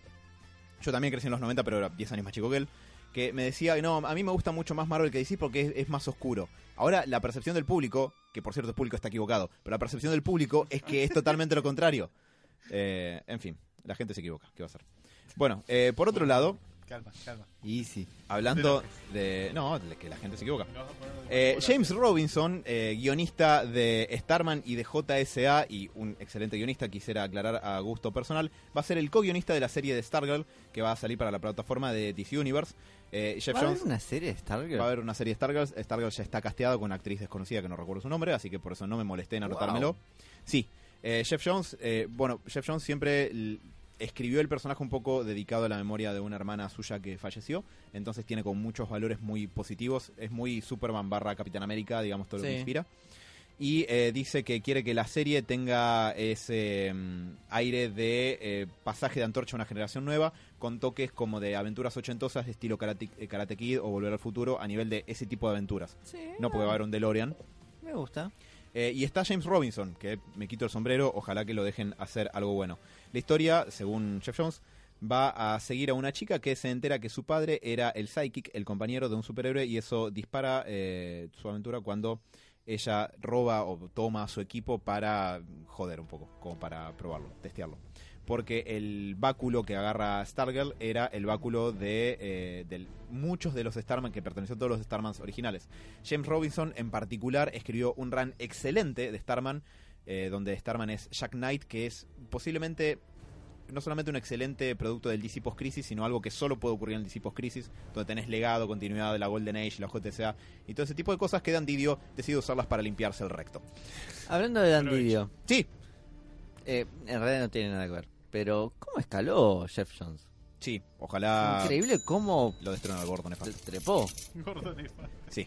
Yo también crecí en los 90, pero era 10 años más chico que él. Que me decía, no, a mí me gusta mucho más Marvel que DC porque es, es más oscuro. Ahora, la percepción del público, que por cierto el público está equivocado, pero la percepción del público es que es totalmente lo contrario. Eh, en fin, la gente se equivoca, ¿qué va a hacer? Bueno, eh, por otro lado, Calma, calma. Easy. hablando de... No, de que la gente se equivoca. Lo vas a poner en Eh, contra. [LAUGHS] James Robinson, eh, guionista de Starman y de JSA, y un excelente guionista, quisiera aclarar a gusto personal, va a ser el co-guionista de la serie de Stargirl, que va a salir para la plataforma de DC Universe. Eh, Jeff ¿Va a haber Jones una serie de Stargirl? va a haber una serie de Stargirl. Stargirl ya está casteado con una actriz desconocida que no recuerdo su nombre, así que por eso no me molesté en anotármelo. Sí, eh, Jeff Jones, eh, bueno, Jeff Jones siempre l- escribió el personaje un poco dedicado a la memoria de una hermana suya que falleció, entonces tiene como muchos valores muy positivos, es muy Superman barra Capitán América, digamos todo lo que Sí. inspira. Y eh, dice que quiere que la serie tenga ese mm, aire de eh, pasaje de antorcha a una generación nueva, con toques como de aventuras ochentosas, de estilo Karate, eh, Karate Kid o Volver al Futuro, a nivel de ese tipo de aventuras. Sí, No porque va a haber un DeLorean. Me gusta. Eh, y está James Robinson, que me quito el sombrero, ojalá que lo dejen hacer algo bueno. La historia, según Jeff Jones, va a seguir a una chica que se entera que su padre era el psychic, el compañero de un superhéroe, y eso dispara eh, su aventura cuando ella roba o toma su equipo para joder un poco, como para probarlo, testearlo. Porque el báculo que agarra Stargirl era el báculo de, eh, del- muchos de los Starman, que perteneció a todos los Starmans originales. James Robinson en particular escribió un run excelente de Starman, eh, donde Starman es Jack Knight, que es posiblemente no solamente un excelente producto del DC Post Crisis, sino algo que solo puede ocurrir en el DC Post Crisis, donde tenés legado, continuidad de la Golden Age, la JSA y todo ese tipo de cosas que Dan Didio decide usarlas para limpiarse el recto. Hablando de Dandidio, Sí, eh, en realidad no tiene nada que ver, pero ¿cómo escaló Jeff Jones? sí, ojalá Increíble cómo lo destrona el Gordon nefasto. tre- trepó. Gordon Nefa. Sí.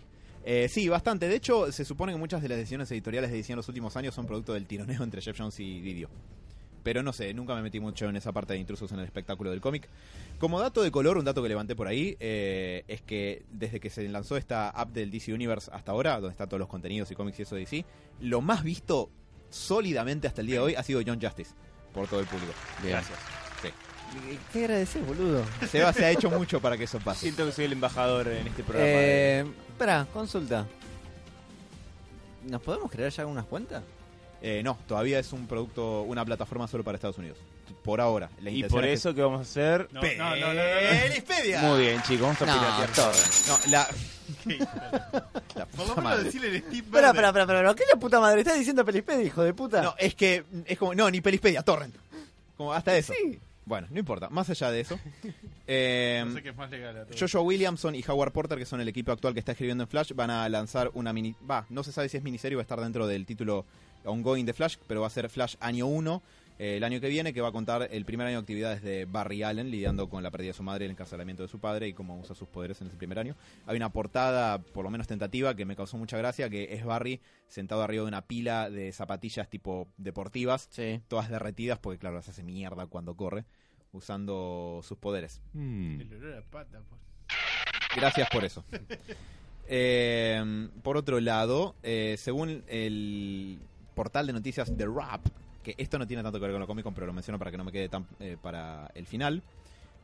Eh, sí, bastante. De hecho, se supone que muchas de las decisiones editoriales de DC en los últimos años son producto del tironeo entre Jeff Jones y Didio. Pero no sé, nunca me metí mucho en esa parte de intrusos en el espectáculo del cómic. Como dato de color, un dato que levanté por ahí, eh, es que desde que se lanzó esta app del DC Universe hasta ahora, donde están todos los contenidos y cómics y eso de DC, lo más visto sólidamente hasta el día de hoy ha sido John Justice, por todo el público. Gracias. ¿Qué agradeces, boludo? Seba se ha hecho mucho para que eso pase. [LAUGHS] Siento que soy el embajador en este programa. Eh, espera, consulta. ¿Nos podemos crear ya unas cuentas? Eh, no, todavía es un producto, una plataforma solo para Estados Unidos. Por ahora. La y intención por es que eso que vamos a hacer... No, no, no, no, no, Muy bien, chicos, vamos a No, piratear. todo. No, la, no. Por la puta lo menos madre. decirle el Steve Barber. Espera, espera, espera, espera. ¿Qué la puta madre? ¿Estás diciendo Pelispedia, hijo de puta? [LAUGHS] No, es que es como, no, ni Pelispedia, Torrent. Como hasta eso. Sí. Bueno, no importa, más allá de eso. Eh, No sé qué es más legal a todo. Joshua Williamson y Howard Porter, que son el equipo actual que está escribiendo en Flash, van a lanzar una mini. Va, no se sabe si es miniserie o va a estar dentro del título ongoing de Flash, pero va a ser Flash año 1, eh, el año que viene, que va a contar el primer año de actividades de Barry Allen, lidiando con la pérdida de su madre, el encarcelamiento de su padre y cómo usa sus poderes en ese primer año. Hay una portada, por lo menos tentativa, que me causó mucha gracia, que es Barry sentado arriba de una pila de zapatillas tipo deportivas, Sí. todas derretidas, porque claro, las hace mierda cuando corre, usando sus poderes. Mm. El olor a pata, pues. por- Gracias por eso. Eh, por otro lado, eh, según el portal de noticias The Rap, que esto no tiene tanto que ver con lo cómico, pero lo menciono para que no me quede tan eh, para el final.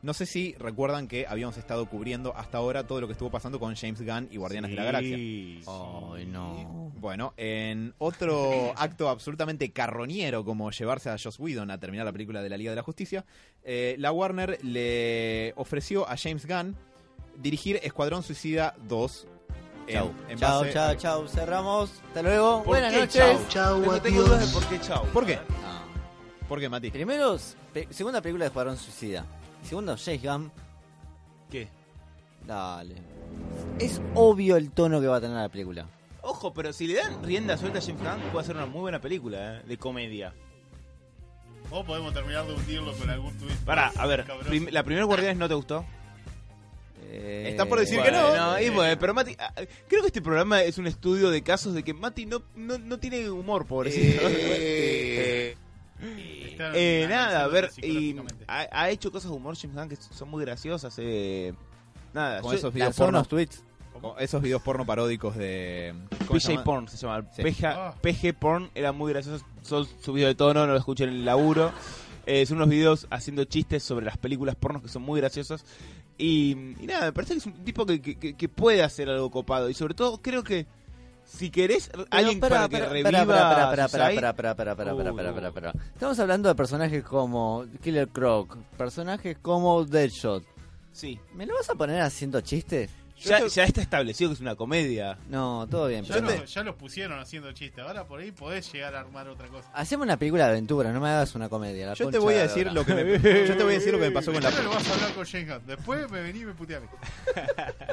No sé si recuerdan que habíamos estado cubriendo hasta ahora todo lo que estuvo pasando con James Gunn y Guardianes de la Galaxia. Sí. Ay, no. Bueno, en otro acto absolutamente carroñero como llevarse a Joss Whedon a terminar la película de la Liga de la Justicia, eh, la Warner le ofreció a James Gunn dirigir Escuadrón Suicida 2. en- Chau. en Chau, base- chau, chau. Cerramos. Hasta luego. ¿Por Buenas qué noches. chau? Pero tengo dudas de por qué chau. ¿Por qué? Ah. ¿Por qué, Mati? Primero, pe- segunda película de Escuadrón Suicida. Y segundo, James Gunn. ¿Qué? Dale. Es obvio el tono que va a tener la película. Ojo, pero si le dan rienda suelta a James Gunn, puede hacer una muy buena película eh, de comedia. O podemos terminar de hundirlo con algún tweet. Pará, a ver, Cabroso. prim- la primera Guardianes no te gustó. Eh, Está por decir que bueno. no. y bueno, pero Mati, ah, creo que este programa es un estudio de casos de que Mati no, no, no tiene humor, pobrecito. Eh, [LAUGHS] Eh, Están Eh, nada, a ver, y psicológicamente. ha, ha hecho cosas de humor James Gunn que son muy graciosas. eh, nada, Con yo- esos videos Lanzó porno, unos tweets. con Oh, esos videos porno paródicos de... ¿cómo se PJ llama? Porn se llama. Sí. PJ, Ah. PG Porn era muy gracioso. Son subido de tono, no lo escuchen en el laburo. Eh, son unos videos haciendo chistes sobre las películas pornos que son muy graciosos. Y, y nada, me parece que es un tipo que, que- que- que puede hacer algo copado. Y sobre todo, creo que si querés alguien para, que reviva. para, para, Suicide- para, para, para, para, para, Uy, para, no. para, para. Estamos hablando de personajes como Killer Croc, personajes como Deadshot. Sí. ¿Me lo vas a poner haciendo chistes? Ya, ya está establecido que es una comedia. No, todo bien. Ya, pero- los, ya los pusieron haciendo chiste. Ahora por ahí podés llegar a armar otra cosa. Hacemos una película de aventura, no me hagas una comedia. la Yo te concha voy a de la decir lora. lo que me, [LAUGHS] yo te voy a decir lo que me pasó con la Primero lo vas a hablar con Shane Hunt. Después me vení y me puteé a mí.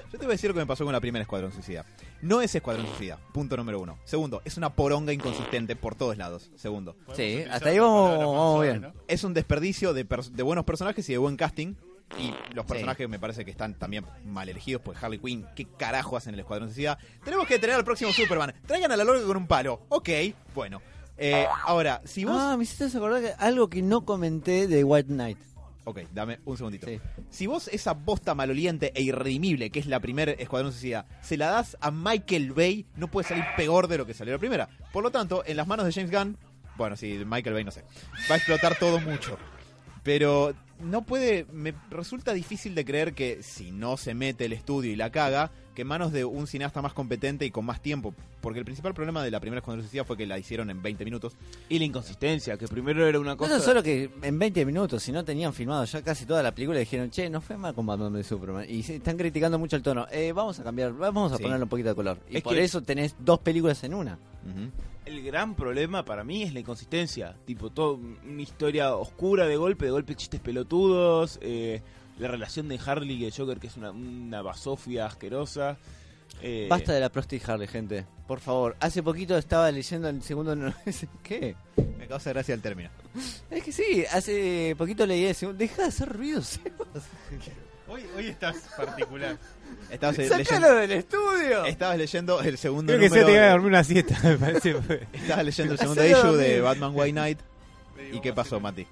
Yo te voy a decir lo que me pasó con la primera Escuadrón Suicida. No es Escuadrón Suicida, punto número uno. Segundo, es una poronga inconsistente por todos lados. Segundo, Podemos Sí, utilizar hasta ahí la vamos- palabra más vamos suave, bien. ¿no? es un desperdicio de, pers- de buenos personajes y de buen casting. Y los personajes me parece que están también mal elegidos, pues Harley Quinn, ¿qué carajo hacen en el Escuadrón Suicida? Tenemos que tener al próximo Superman. Traigan a la Lorca con un palo. Ok, bueno. Eh, ahora, si vos... Ah, me hiciste acordar que- algo que no comenté de White Knight. Ok, dame un segundito. Sí. Si vos esa bosta maloliente e irredimible que es la primera Escuadrón Suicida se la das a Michael Bay, no puede salir peor de lo que salió la primera. Por lo tanto, en las manos de James Gunn, bueno, sí, de Michael Bay no sé, va a explotar todo mucho. Pero no puede, me resulta difícil de creer que si no se mete el estudio y la caga, que en manos de un cineasta más competente y con más tiempo, porque el principal problema de la primera Escuadrón Suicida fue que la hicieron en 20 minutos. Y la inconsistencia, que primero era una No, cosa. no solo que en 20 minutos, si no tenían filmado ya casi toda la película, dijeron, che, no fue mal con Batman de Superman. Y se están criticando mucho el tono. Eh, vamos a cambiar, vamos a Sí. ponerle un poquito de color. Y Es por que- eso tenés dos películas en una. Ujú. El gran problema para mí es la inconsistencia. Tipo, todo una historia oscura de golpe, de golpe chistes pelotudos. eh, la relación de Harley y el Joker, que es una, una basofia asquerosa. eh, Basta de la Prosti Harley, gente. Por favor. Hace poquito estaba leyendo el segundo... no- [LAUGHS] ¿Qué? Me causa gracia el término. Es que sí, hace poquito leí el segundo... Deja de hacer [LAUGHS] ruidos. Hoy, hoy estás particular. Estabas, eh, ¡Sácalo del estudio! leyendo, estabas leyendo el segundo Creo que se número te iba a de- dormir una siesta, [LAUGHS] me parece. fue. Estabas leyendo el segundo Hacelo issue de dormir. Batman White Knight. Le digo, ¿Y qué vamos pasó, a- Mati?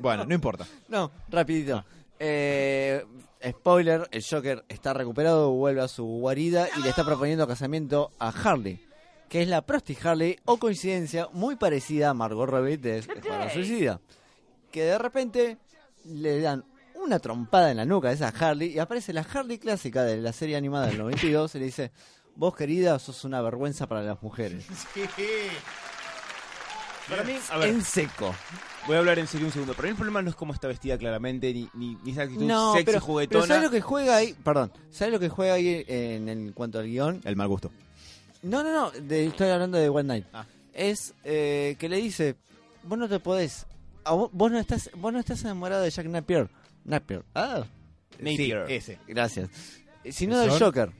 Bueno, no importa. No, rapidito. Eh, spoiler, el Joker está recuperado, vuelve a su guarida y le está proponiendo casamiento a Harley, que es la Prosti Harley o coincidencia muy parecida a Margot Robbie de Escuadrón Suicida, que de repente le dan una trompada en la nuca a esa Harley y aparece la Harley clásica de la serie animada del 92 y le dice, vos querida sos una vergüenza para las [LAUGHS] mujeres. Sí. Para mí, a ver, En seco. voy a hablar en serio un segundo. Para mí el problema no es cómo está vestida claramente, ni, ni, ni esa actitud No, sexy pero, juguetona. pero ¿sabes lo que juega ahí? Perdón, ¿sabes lo que juega ahí en, en cuanto al guión? El mal gusto. No, no, no, de- estoy hablando de One Night. Ah. Es eh, que le dice, vos no te podés, a vo- vos, no estás, vos no estás enamorado de Jack Napier. Napier. Ah, Napier. Sí, ese. gracias. Eh, Sino del ¿Eso? Joker.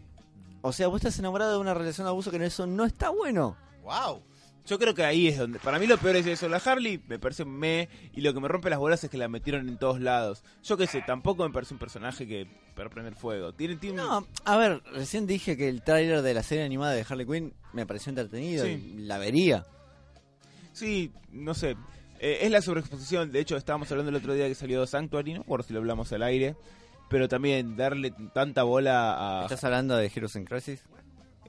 O sea, vos estás enamorado de una relación de abuso que no- eso no está bueno. Mm. ¡Wow! Yo creo que ahí es donde. Para mí lo peor es eso. La Harley me parece un me. Y lo que me rompe las bolas es que la metieron en todos lados. Yo qué sé, tampoco me parece un personaje que. para prender fuego. Tiene, tiene un- No, a ver, recién dije que el tráiler de la serie animada de Harley Quinn me pareció entretenido Sí. y la vería. Sí, no sé. Eh, es la sobreexposición. De hecho, estábamos hablando el otro día que salió Sanctuary. No me acuerdo si lo hablamos al aire. Pero también darle tanta bola a. ¿Estás hablando de Heroes in Crisis?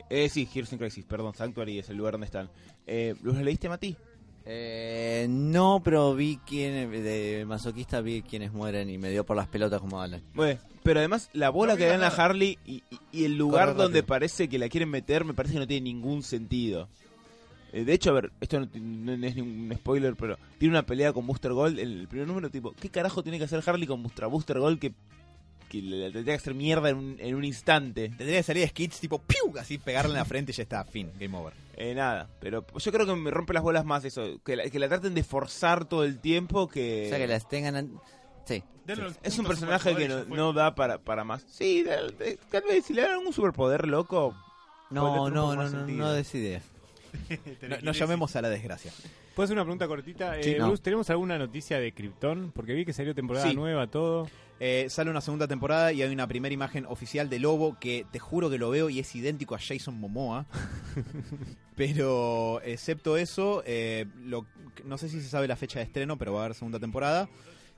Eh, sí, Heroes in Crisis, perdón. Sanctuary es el lugar donde están. Eh, ¿Los leíste, Mati? Eh, no, pero vi quién, de masoquista vi quienes mueren y me dio por las pelotas como Alan. Bueno, pero además la bola No que vi dan a más nada. Harley y, y- y el lugar Corre donde rápido. parece que la quieren meter me parece que no tiene ningún sentido. Eh, de hecho, a ver, esto no, ti- no- no es ningún spoiler, pero tiene una pelea con Booster Gold en el primer número, tipo, ¿qué carajo tiene que hacer Harley con Booster, Booster Gold que, que le, le tendría que hacer mierda en un, en un instante? Tendría que salir skits tipo ¡piu! Así pegarle en la frente y ya está. Fin. Game over. Eh, nada, pero yo creo que me rompe las bolas más eso, que la, que la traten de forzar todo el tiempo que... O sea, que las tengan... an- Sí. Denle los Es un puntos personaje que no, superpoderes, ya fue. no da para, para más. Sí, tal vez- tal vez si le dan un superpoder loco, Puede No, tener un no, no, poco Eh, más no, sentido. no des ideas. No, Telequinesis. no llamemos a la desgracia. ¿Puedo hacer una pregunta cortita? Eh, Sí, no. Bruce, ¿tenemos alguna noticia de Krypton? Porque vi que salió temporada Sí. nueva, todo. Eh, sale una segunda temporada y hay una primera imagen oficial de Lobo que te juro que lo veo y es idéntico a Jason Momoa. pero excepto eso, eh, lo- no sé si se sabe la fecha de estreno, pero va a haber segunda temporada.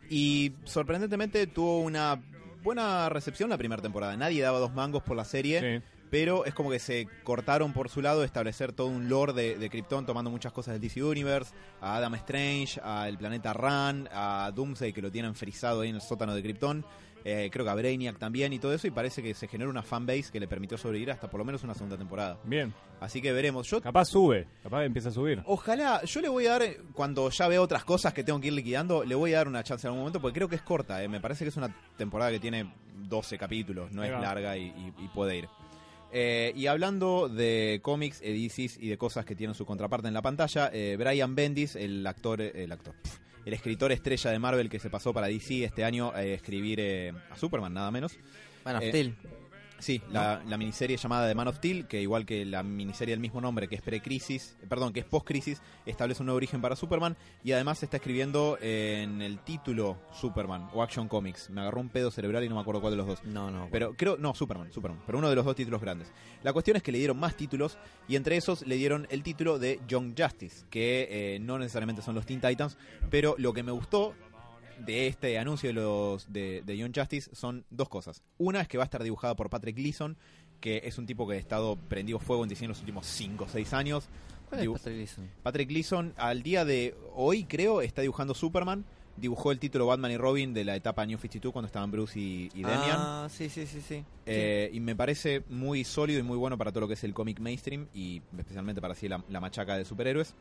Y sorprendentemente tuvo una buena recepción la primera temporada. Nadie daba dos mangos por la serie Sí. pero es como que se cortaron por su lado de establecer todo un lore de, de Krypton tomando muchas cosas del DC Universe, a Adam Strange, al planeta Ran, a Doomsday que lo tienen frisado ahí en el sótano de Krypton, eh, creo que a Brainiac también y todo eso y parece que se generó una fanbase que le permitió sobrevivir hasta por lo menos una segunda temporada. Bien. Así que veremos. Yo Capaz sube, capaz empieza a subir. Ojalá, yo le voy a dar, eh, cuando ya veo otras cosas que tengo que ir liquidando, le voy a dar una chance en algún momento, porque creo que es corta, eh. me parece que es una temporada que tiene 12 capítulos, no Ahí es va. larga y, y- y puede ir. Eh, y hablando de cómics, edicis y de cosas que tienen su contraparte en la pantalla, eh, Brian Bendis, el actor, eh, el actor, pf, el escritor estrella de Marvel que se pasó para DC este año a escribir eh, a Superman, nada menos, Bueno, Eh, Steel. Sí, la, la miniserie llamada The Man of Steel, que igual que la miniserie del mismo nombre, que es pre-crisis, eh, perdón, que es post-crisis, establece un nuevo origen para Superman y además está escribiendo eh, en el título Superman o Action Comics. Me agarró un pedo cerebral y no me acuerdo cuál de los dos. No, no. Pero creo, no, Superman, Superman, pero uno de los dos títulos grandes. La cuestión es que le dieron más títulos y entre esos le dieron el título de Young Justice, que eh, no necesariamente son los Teen Titans, pero lo que me gustó de este anuncio de los de, de Young Justice son dos cosas. Una es que va a estar dibujada por Patrick Gleason, que es un tipo que ha estado prendido fuego en diseño los últimos 5 o 6 años. ¿Cuál es Dibu- Patrick Gleason? Patrick Gleason al día de hoy creo está dibujando Superman. Dibujó el título Batman y Robin de la etapa New 52 cuando estaban Bruce y, y Demian. Ah, sí, sí, sí, sí. Eh, y me parece muy sólido y muy bueno para todo lo que es el cómic mainstream y especialmente para así la, la machaca de superhéroes.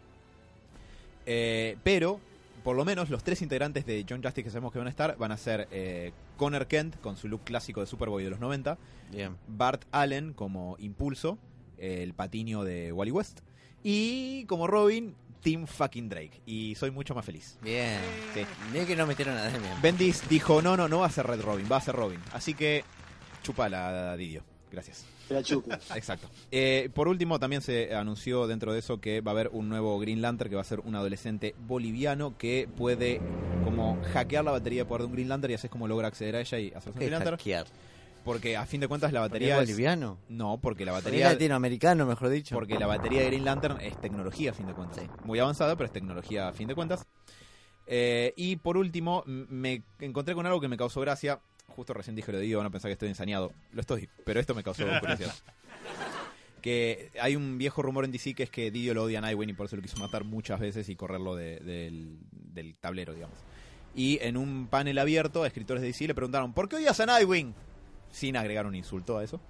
Eh, pero, por lo menos, los tres integrantes de John Justice que sabemos que van a estar van a ser eh, Connor Kent con su look clásico de Superboy de los 90, Bien. Bart Allen como Impulso, eh, el patinio de Wally West, y como Robin, Tim fucking Drake. Y soy mucho más feliz. Bien. Sí. Mirá que no metieron a Demian. Bendis dijo, no, no, no va a ser Red Robin, va a ser Robin. Así que, chupala, Didio. Gracias. La chupo. [LAUGHS] Exacto. Eh, por último, también se anunció dentro de eso que va a haber un nuevo Green Lantern que va a ser un adolescente boliviano que puede como hackear la batería de poder de un Green Lantern y así es como logra acceder a ella y hacerse un ¿Qué Green Lantern. hackear? Porque a fin de cuentas la ¿Porque es batería es- boliviano? No, porque la Porque es batería... latinoamericano, mejor dicho. Porque la batería de Green Lantern es tecnología, a fin de cuentas. Sí. Muy avanzada, pero es tecnología, a fin de cuentas. Eh, y por último, m- me encontré con algo que me causó gracia. Justo recién dije lo de Diego, van a pensar que estoy ensañado. Lo estoy, pero esto me [LAUGHS] causó curiosidad. Que hay un viejo rumor en DC que es que Didio lo odia a Nightwing y por eso lo quiso matar muchas veces y correrlo de- del, del tablero, digamos. Y en un panel abierto a escritores de DC le preguntaron, ¿por qué odias a Nightwing? Sin agregar un insulto a eso.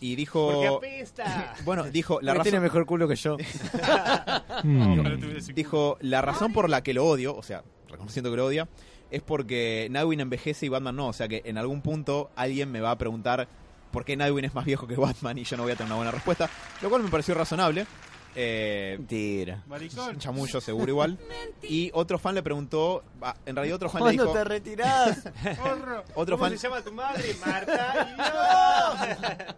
Y dijo... [LAUGHS] Bueno, dijo la Porque razón... tiene mejor culo que yo. Ojalá tuviera ese culo. Dijo, la razón por la que lo odio, o sea, reconociendo que lo odia, es porque Nightwing envejece y Batman no. O sea que en algún punto alguien me va a preguntar por qué Nightwing es más viejo que Batman y yo no voy a tener una buena respuesta. Lo cual me pareció razonable. Eh, Mentira. [LAUGHS] Maricón. chamullo seguro igual. Y otro fan le preguntó, ah, en realidad otro fan le ¿Cuándo dijo... te [LAUGHS] retirás? Porro. Otro fan, llama tu madre? Marta.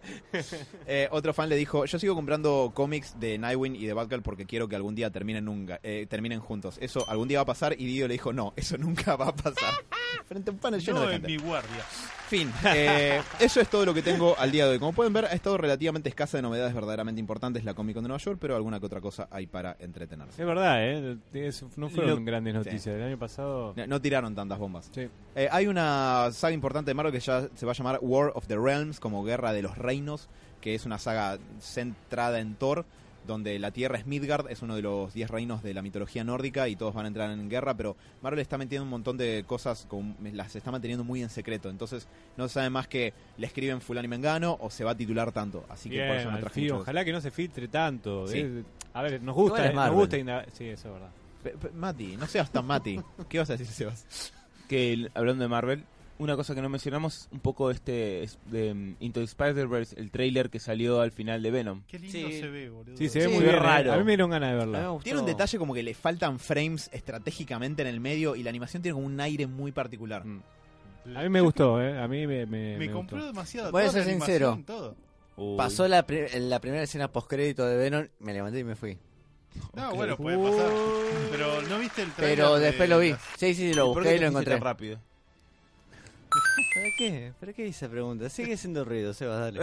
eh, otro fan le dijo, yo sigo comprando cómics de Nightwing y de Batgirl porque quiero que algún día terminen, nunca, eh, terminen juntos. Eso algún día va a pasar y Dio le dijo, no, eso [LAUGHS] nunca va a pasar. [LAUGHS] Frente a un panel lleno No de en gente. mi guardia. Fin, eh, eso es todo lo que tengo al día de hoy. Como pueden ver, ha estado relativamente escasa de novedades verdaderamente importantes la Comic Con de Nueva York, pero alguna que otra cosa hay para entretenerse. Es verdad, ¿eh? Es- no fueron Lo- grandes noticias. El año pasado. No, no tiraron tantas bombas. Sí. Eh, hay una saga importante de Marvel que ya se va a llamar War of the Realms, como Guerra de los Reinos, que es una saga centrada en Thor, donde la Tierra es Midgard, es uno de los 10 reinos de la mitología nórdica y todos van a entrar en guerra, pero Marvel está metiendo un montón de cosas, con- las está manteniendo muy en secreto, entonces no se sabe más que le escriben fulano y mengano o se va a titular tanto, así que por Bien, eso no al traje fin, mucho de eso. ojalá que no se filtre tanto. Sí. eh. A ver, nos Igual gusta, es eh, nos Marvel. gusta indagar- Sí, eso es verdad. Pe- pe- Mati, no seas tan [LAUGHS] Mati. ¿Qué vas a decir, Sebas? [LAUGHS] que el- hablando de Marvel, una cosa que no mencionamos, un poco este es- de mm, Into the Spider-Verse, el trailer que salió al final de Venom. Qué lindo Sí. se ve, boludo. Sí, se ve Sí, muy es bien. eh. raro. A mí me dieron ganas de A mí me verla. gustó. Tiene un detalle como que le faltan frames estratégicamente en el medio y la animación tiene como un aire muy particular. Mm. A mí me gustó, ¿eh? A mí me, me, Me, me compró gustó. demasiado. Voy a toda ser la animación, sincero. Todo. Pasó la, pri- en la primera escena postcrédito de Venom, me levanté y me fui. Uh. No, bueno, puede pasar. Pero no viste el trailer. Pero después lo vi. Sí, sí, lo ¿Por qué busqué y te lo fuiste encontré. tan [LAUGHS] rápido? ¿Para qué? ¿Para qué hice esa pregunta? Sigue siendo ruido, Sebas, dale.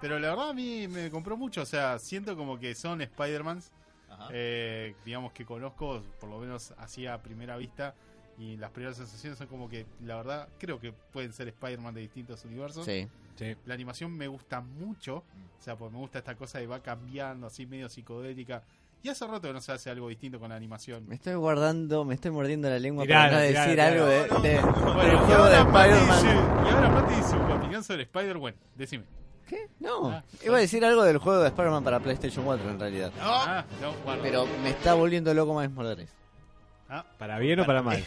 Pero la verdad a mí me compró mucho. O sea, siento como que son Spider-Mans, Ajá. eh, digamos que conozco, por lo menos así a primera vista. Y las primeras sensaciones son como que, la verdad, creo que pueden ser Spider-Man de distintos universos. [LAUGHS] Sí. Sí. La animación me gusta mucho. O sea, pues me gusta esta cosa de va cambiando, así medio psicodélica. Y hace rato que no se hace algo distinto con la animación. Me estoy guardando, me estoy mordiendo la lengua Tiralo, para no decir tiralo, algo de, tiralo. de- [LAUGHS] del Bueno, y juego de ahora Mati dice, Spider-Man. y ahora Mati dice su opinión sobre Spider-Man. Decime. ¿Qué? No. Ah, Iba a decir algo del juego de Spider-Man para PlayStation 4 en realidad. Ah, no, guarda. Pero me está volviendo loco más Morales. Ah. ¿Para bien o para mal?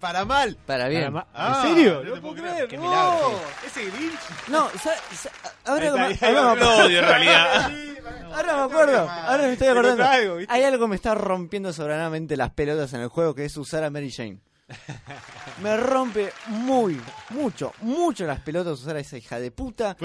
¡Para mal! ¡Oh! Para bien. Para ma- Ah, ¿En serio? no te puedo creer. ¡Qué milagro! ¡Ese Grinch! No, sa- sa- ahora, Ahí me- está, ahora me- odio en realidad. [LAUGHS] ahora me acuerdo. Ahora me estoy acordando. Pero algo, ¿viste? Hay algo que me está rompiendo soberanamente las pelotas en el juego que es usar a Mary [LAUGHS] Jane. Me rompe muy, mucho, mucho las pelotas usar a esa hija de puta.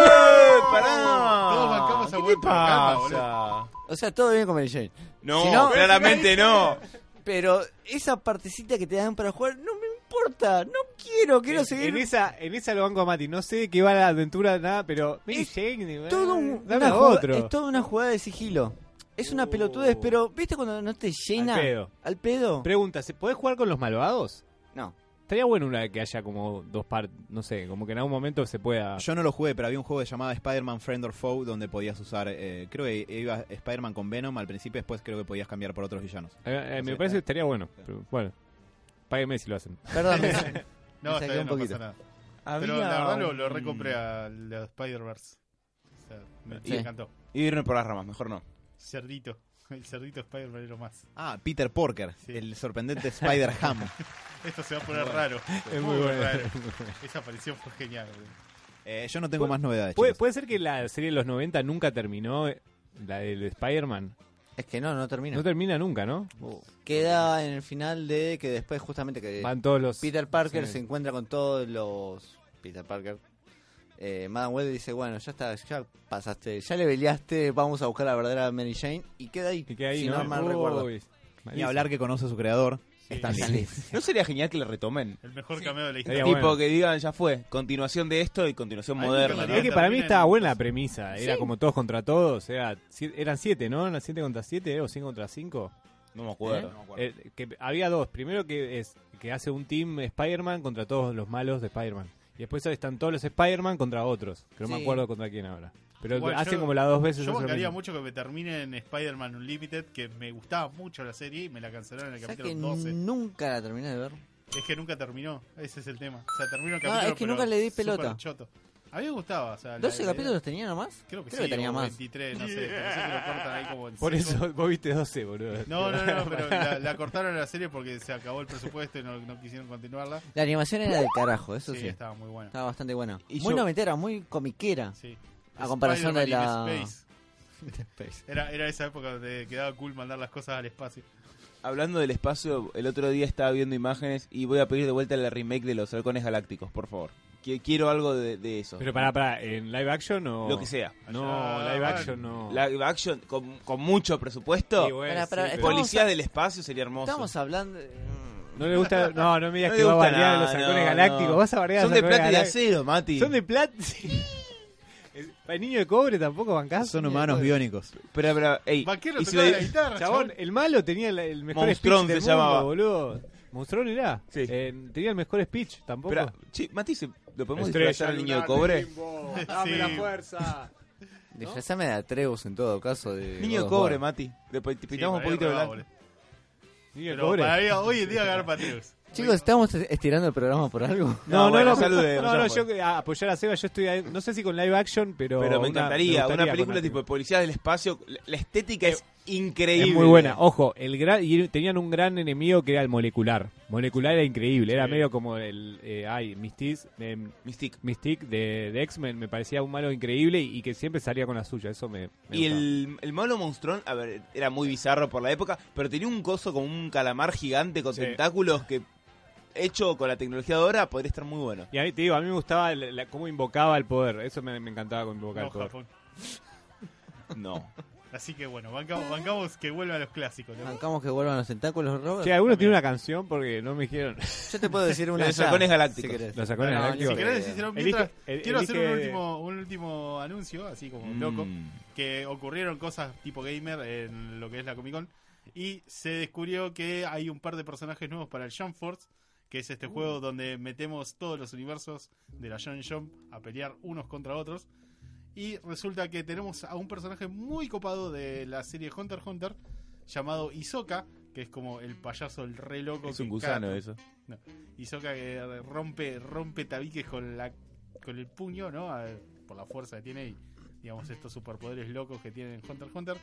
¡Eh, ¡Pará! Todos bancamos a ¿Qué buen te programa, pasa? O sea, todo bien con Mary Jane. No, Si no- claramente no. Pero esa partecita que te dan para jugar no me importa. No quiero, quiero en, seguir. en esa, en esa lo banco a Mati. No sé de qué va la aventura, nada, pero. Mary Es Jane, eh, todo un- dame una a juga- otro. Oh. Es toda una jugada de sigilo. Es una pelotudez, pero ¿viste cuando no te llena? Al pedo. ¿Al pedo? Pregunta, ¿se ¿podés jugar con los malvados? no. Estaría bueno una que haya como dos partes, no sé, como que en algún momento se pueda... Yo no lo jugué, pero había un juego llamado Spider-Man Friend or Foe donde podías usar. eh, creo que iba Spider-Man con Venom al principio, después creo que podías cambiar por otros villanos. Eh, eh, me Sí. parece que estaría bueno. pero bueno, págueme si lo hacen. [LAUGHS] Perdón. No, Me está saqué bien, un no poquito. pasa nada. Había Pero la verdad lo, lo un- recompré a la Spider-Verse. O sea, me, Sí. me encantó. Y irme por las ramas, mejor no. Cerdito. [LAUGHS] El cerdito Spider-Man era lo más. Ah, Peter Porker, Sí. el sorprendente Spider-Ham. [LAUGHS] Esto se va a poner raro. Es muy bueno. raro. Esa aparición fue genial. boludo. Eh, yo no tengo Pu- más novedades. ¿Puede, chicos. puede ser que la serie de los 90 nunca terminó, eh, la del Spider-Man. Es que no, no termina. Uh, No termina nunca, ¿no? Queda en el final de que después justamente que Van todos los... Eh, Peter Parker Sí. se encuentra con todos los Peter Parker. Eh, Madame Web dice, bueno, ya está, ya pasaste, ya le peleaste, vamos a buscar a la verdadera Mary Jane y queda ahí, Y que ahí, si ¿no? no, mal recuerdo. Uy, Ni malísimo. hablar que conoce a su creador. Sí, Está bien. ¿No sería genial que la retomen? El mejor cameo de la Estaría historia. tipo bueno. que digan, ya fue, continuación de esto y continuación Ay, moderna. me ¿no? encantaría. Es que para mí Terminan estaba buena la juntos. premisa. Era como todos contra todos. Era, si- eran siete, ¿no? Eran siete contra siete o cinco contra cinco. No me acuerdo. Eh, que había dos. Primero que es que hace un team Spider-Man contra todos los malos de Spider-Man. Y después están todos los Spider-Man contra otros. Que no me Sí. acuerdo contra quién ahora. Pero Igual hacen yo- como las dos veces. Yo hace lo bancaría mismo. mucho que me termine en Spider-Man Unlimited, que me gustaba mucho la serie y me la cancelaron en el ¿Sabes capítulo que 12. nunca la terminé de ver? Es que nunca terminó, ese es el tema. O sea, terminó el No, capítulo. Ah, es que pero nunca le di súper pelota. choto. A mí me gustaba. O sea, la- ¿12 la- capítulos tenía nomás? Creo que, Creo sí, que tenía o más. 23, no sé. Pero sé que lo cortan ahí como en Por seco. eso [LAUGHS] vos viste 12, boludo. No, no, no, pero la, la cortaron a la serie porque se acabó el presupuesto y no, no quisieron continuarla. La animación era del carajo, eso Sí, sí. Ah. estaba muy buena. Estaba bastante buena. Y muy yo- noventera, muy comiquera. Sí. A comparación de Spider-Man in la- Space. Era, era esa época donde quedaba cool mandar las cosas al espacio. Hablando del espacio, el otro día estaba viendo imágenes y voy a pedir de vuelta la remake de los halcones galácticos, por favor. Que- Quiero algo de, de eso. Pero pará, pará. ¿En live action o.? Lo que sea. No, Allá live van. action no. Live action con, con mucho presupuesto. Sí, bueno, Pará, sí, pará, pero- estamos- Policías del espacio sería hermoso. Estamos hablando... de- No le gusta. No, no me digas No que le va a gusta bardear a los nada, halcones no, galácticos. no. Vas a bardear a Son los de halcones plata y de galácticos. acero, Mati. Son de plata. sí. [LAUGHS] El- El niño de cobre tampoco bancás. Eh, Son humanos biónicos. Pero, pero, ey. Vaquero y si tocaba lo- la [LAUGHS] guitarra. Chabón, el malo tenía el, el mejor Monstrón speech del se mundo, llamaba. boludo. Monstrón era. Sí. Eh, tenía el mejor speech tampoco. [LAUGHS] Pero, che, Mati, ¿se- ¿lo podemos Estrella disfrazar al niño de cobre? Dame la fuerza. Disfrazame de Atreus en todo caso. De Niño de God of cobre, War. Mati. Le pon- te Sí, pintamos para un ahí poquito de robaba, blanco. boludo. Niño de Pero cobre. para mí, hoy en día ganar Patrius. Chicos, ¿estamos estirando el programa por algo? [LAUGHS] No, no, bueno, no, salude, no, ya no, fue. yo que- a apoyar a Seba, yo estoy, ahí, no sé si con live action, pero... Pero me una- encantaría. Una, gustaría película con- tipo de policías del espacio. La, la estética es increíble. Oh, Es muy buena. Ojo, el gran, y tenían un gran enemigo que era el molecular. Molecular era increíble, era Sí. medio como el... eh, ay, Mystique, eh, Mystique. Mystique de, de X-Men, me parecía un malo increíble y, y que siempre salía con la suya, eso me... me Y gustaba. el, el malo monstrón, a ver, era muy bizarro por la época, pero tenía un coso como un calamar gigante con Sí. tentáculos que, hecho con la tecnología de ahora, podría estar muy bueno. Y a mí, te digo, a mí me gustaba la- la- cómo invocaba el poder. Eso me, me encantaba cómo invocaba No, el poder. Japón. No. Así que bueno, bancamos, bancamos que vuelvan los clásicos. ¿no? Bancamos que vuelvan los tentáculos, Robert. Che, ¿alguno tiene una canción? Porque no me dijeron. Yo te puedo [LAUGHS] decir una. Los ya, halcones galácticos. si querés. Los halcones No, galácticos. ni Si querés idea. decirlo, Elige- mientras, el- quiero hacer un elige- último, un último anuncio, así como loco, eh, Mm. que ocurrieron cosas tipo gamer en lo que es la Comic Con y se descubrió que hay un par de personajes nuevos para el Jump Force, que es Uh. este juego donde metemos todos los universos de la Shonen Jump a pelear unos contra otros. Y resulta que tenemos a un personaje muy copado de la serie Hunter x Hunter llamado Isoka, que es como el payaso, el re loco. Es un que gusano cada- eso. Hisoka que rompe, rompe tabiques con la con el puño, ¿no? A- por la fuerza que tiene y digamos estos superpoderes locos que tiene en Hunter x Hunter.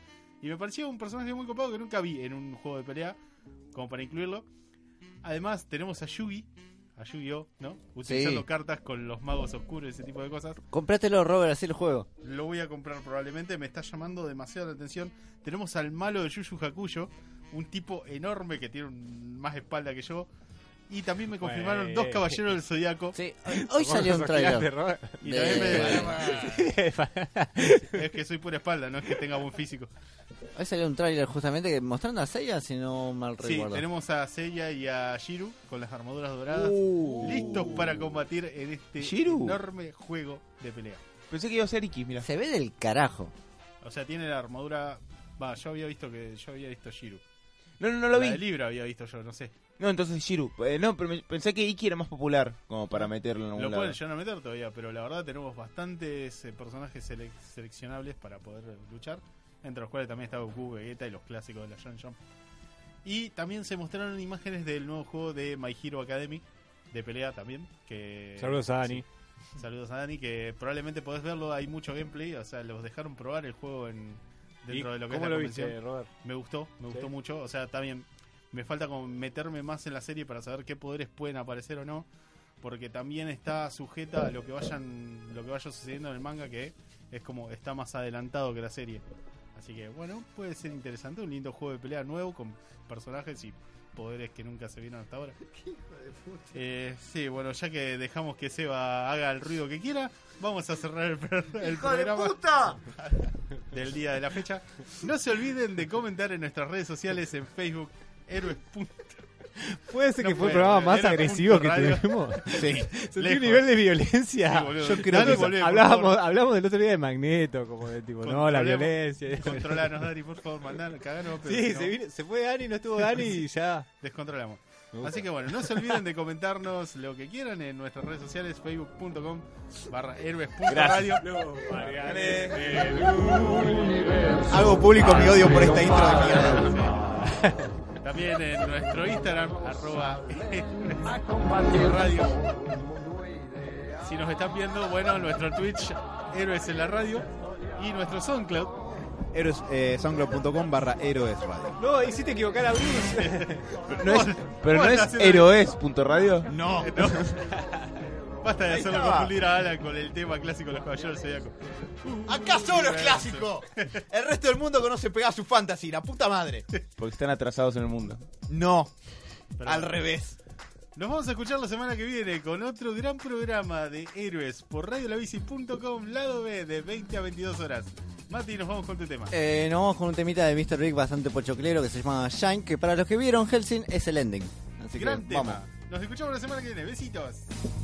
Y me parecía un personaje muy copado que nunca vi en un juego de pelea, como para incluirlo. Además, tenemos a Yugi, a Yu-Gi-Oh, ¿no? Utilizando Sí. cartas con los magos oscuros y ese tipo de cosas. Comprátelo, Robert, así el juego. Lo voy a comprar probablemente, me está llamando demasiado la atención. Tenemos al malo de Yuyu Hakuyo, un tipo enorme que tiene un- más espalda que yo. Y también me confirmaron Güey. dos caballeros del zodiaco. Sí, hoy- [LAUGHS] hoy salió un este trailer. Y De- también Eh, me- es que soy pura espalda, no es que tenga buen físico. Hoy salió un trailer justamente que mostrando a Seiya, si no mal Sí, recuerdo. tenemos a Seiya y a Shiru con las armaduras doradas. Uh. Listos para combatir en este Shiru. enorme juego de pelea. Pensé que iba a ser Iki, mira. Se ve del carajo. O sea, tiene la armadura Va, yo había visto que yo había visto Shiru. No, no, no La lo vi. de libro había visto yo, no sé. No, entonces Shiru. Eh, no, pero me- pensé que Iki era más popular, como para meterlo en algún Lo lado. pueden llegar a meter todavía, pero la verdad tenemos bastantes eh, personajes sele- seleccionables para poder eh, luchar, entre los cuales también está Goku, Vegeta y los clásicos de la Shonen Jump. Y también se mostraron imágenes del nuevo juego de My Hero Academy, de pelea también. Que, Saludos a Dani. Sí, saludos a Dani, que probablemente podés verlo, hay mucho gameplay, o sea, los dejaron probar el juego en dentro ¿Y de lo que es ¿Cómo la lo convención. viste, Robert? Me gustó, me Sí. gustó mucho. O sea, también me falta como meterme más en la serie para saber qué poderes pueden aparecer o no. Porque también está sujeta a lo que vayan, lo que vaya sucediendo en el manga, que es como está más adelantado que la serie. Así que bueno, puede ser interesante, un lindo juego de pelea nuevo con personajes y poderes que nunca se vieron hasta ahora. Eh, sí, bueno, ya que dejamos que Seba haga el ruido que quiera, vamos a cerrar el, pro- el programa del día de la fecha. No se olviden de comentar en nuestras redes sociales en Facebook héroes. Puede ser No que fue puede, el programa boludo, más era agresivo punto que radio. [LAUGHS] tenemos. Sí. Sentí un Lejos. nivel de violencia. Sí, boludo. Yo creo Dale, que volvé, por hablábamos, favor. hablábamos del otro día de Magneto, como de tipo, no, la Controlemos. violencia. [LAUGHS] Controlanos, Dani, por favor, mandar, caganos. pero Sí, si no, se, vino- se fue Dani, no estuvo Dani y ya. Descontrolamos. Me gusta. Así que bueno, no se olviden de comentarnos lo que quieran en nuestras redes sociales, facebook.com barra héroes punto radio. Hago público mi odio por esta intro de mierda. También en nuestro Instagram, arroba radio. Si nos están viendo, bueno, nuestro Twitch, héroes en la radio. Y nuestro SoundCloud. Héroes, eh, soundcloud.com barra héroes radio. No, hiciste equivocar a Bruce. No es, pero no Vos es estás haciendo- héroes.radio. No, [LAUGHS] no. Basta de hacerlo confundir a Alan con el tema clásico de los caballeros del Zodiaco. Acá solo es clásico. El resto del mundo conoce Pegasus Fantasy, la puta madre. Porque están atrasados en el mundo. No, Pero al bueno. revés. Nos vamos a escuchar la semana que viene con otro gran programa de héroes por radiolabici.com, lado B, de 20 a 22 horas. Mati, nos vamos con tu tema. Eh, nos vamos con un temita de Mr. Rick bastante pochoclero que se llama Shine, que para los que vieron Helsing es el ending. Así gran que tema. vamos. Nos escuchamos la semana que viene. Besitos.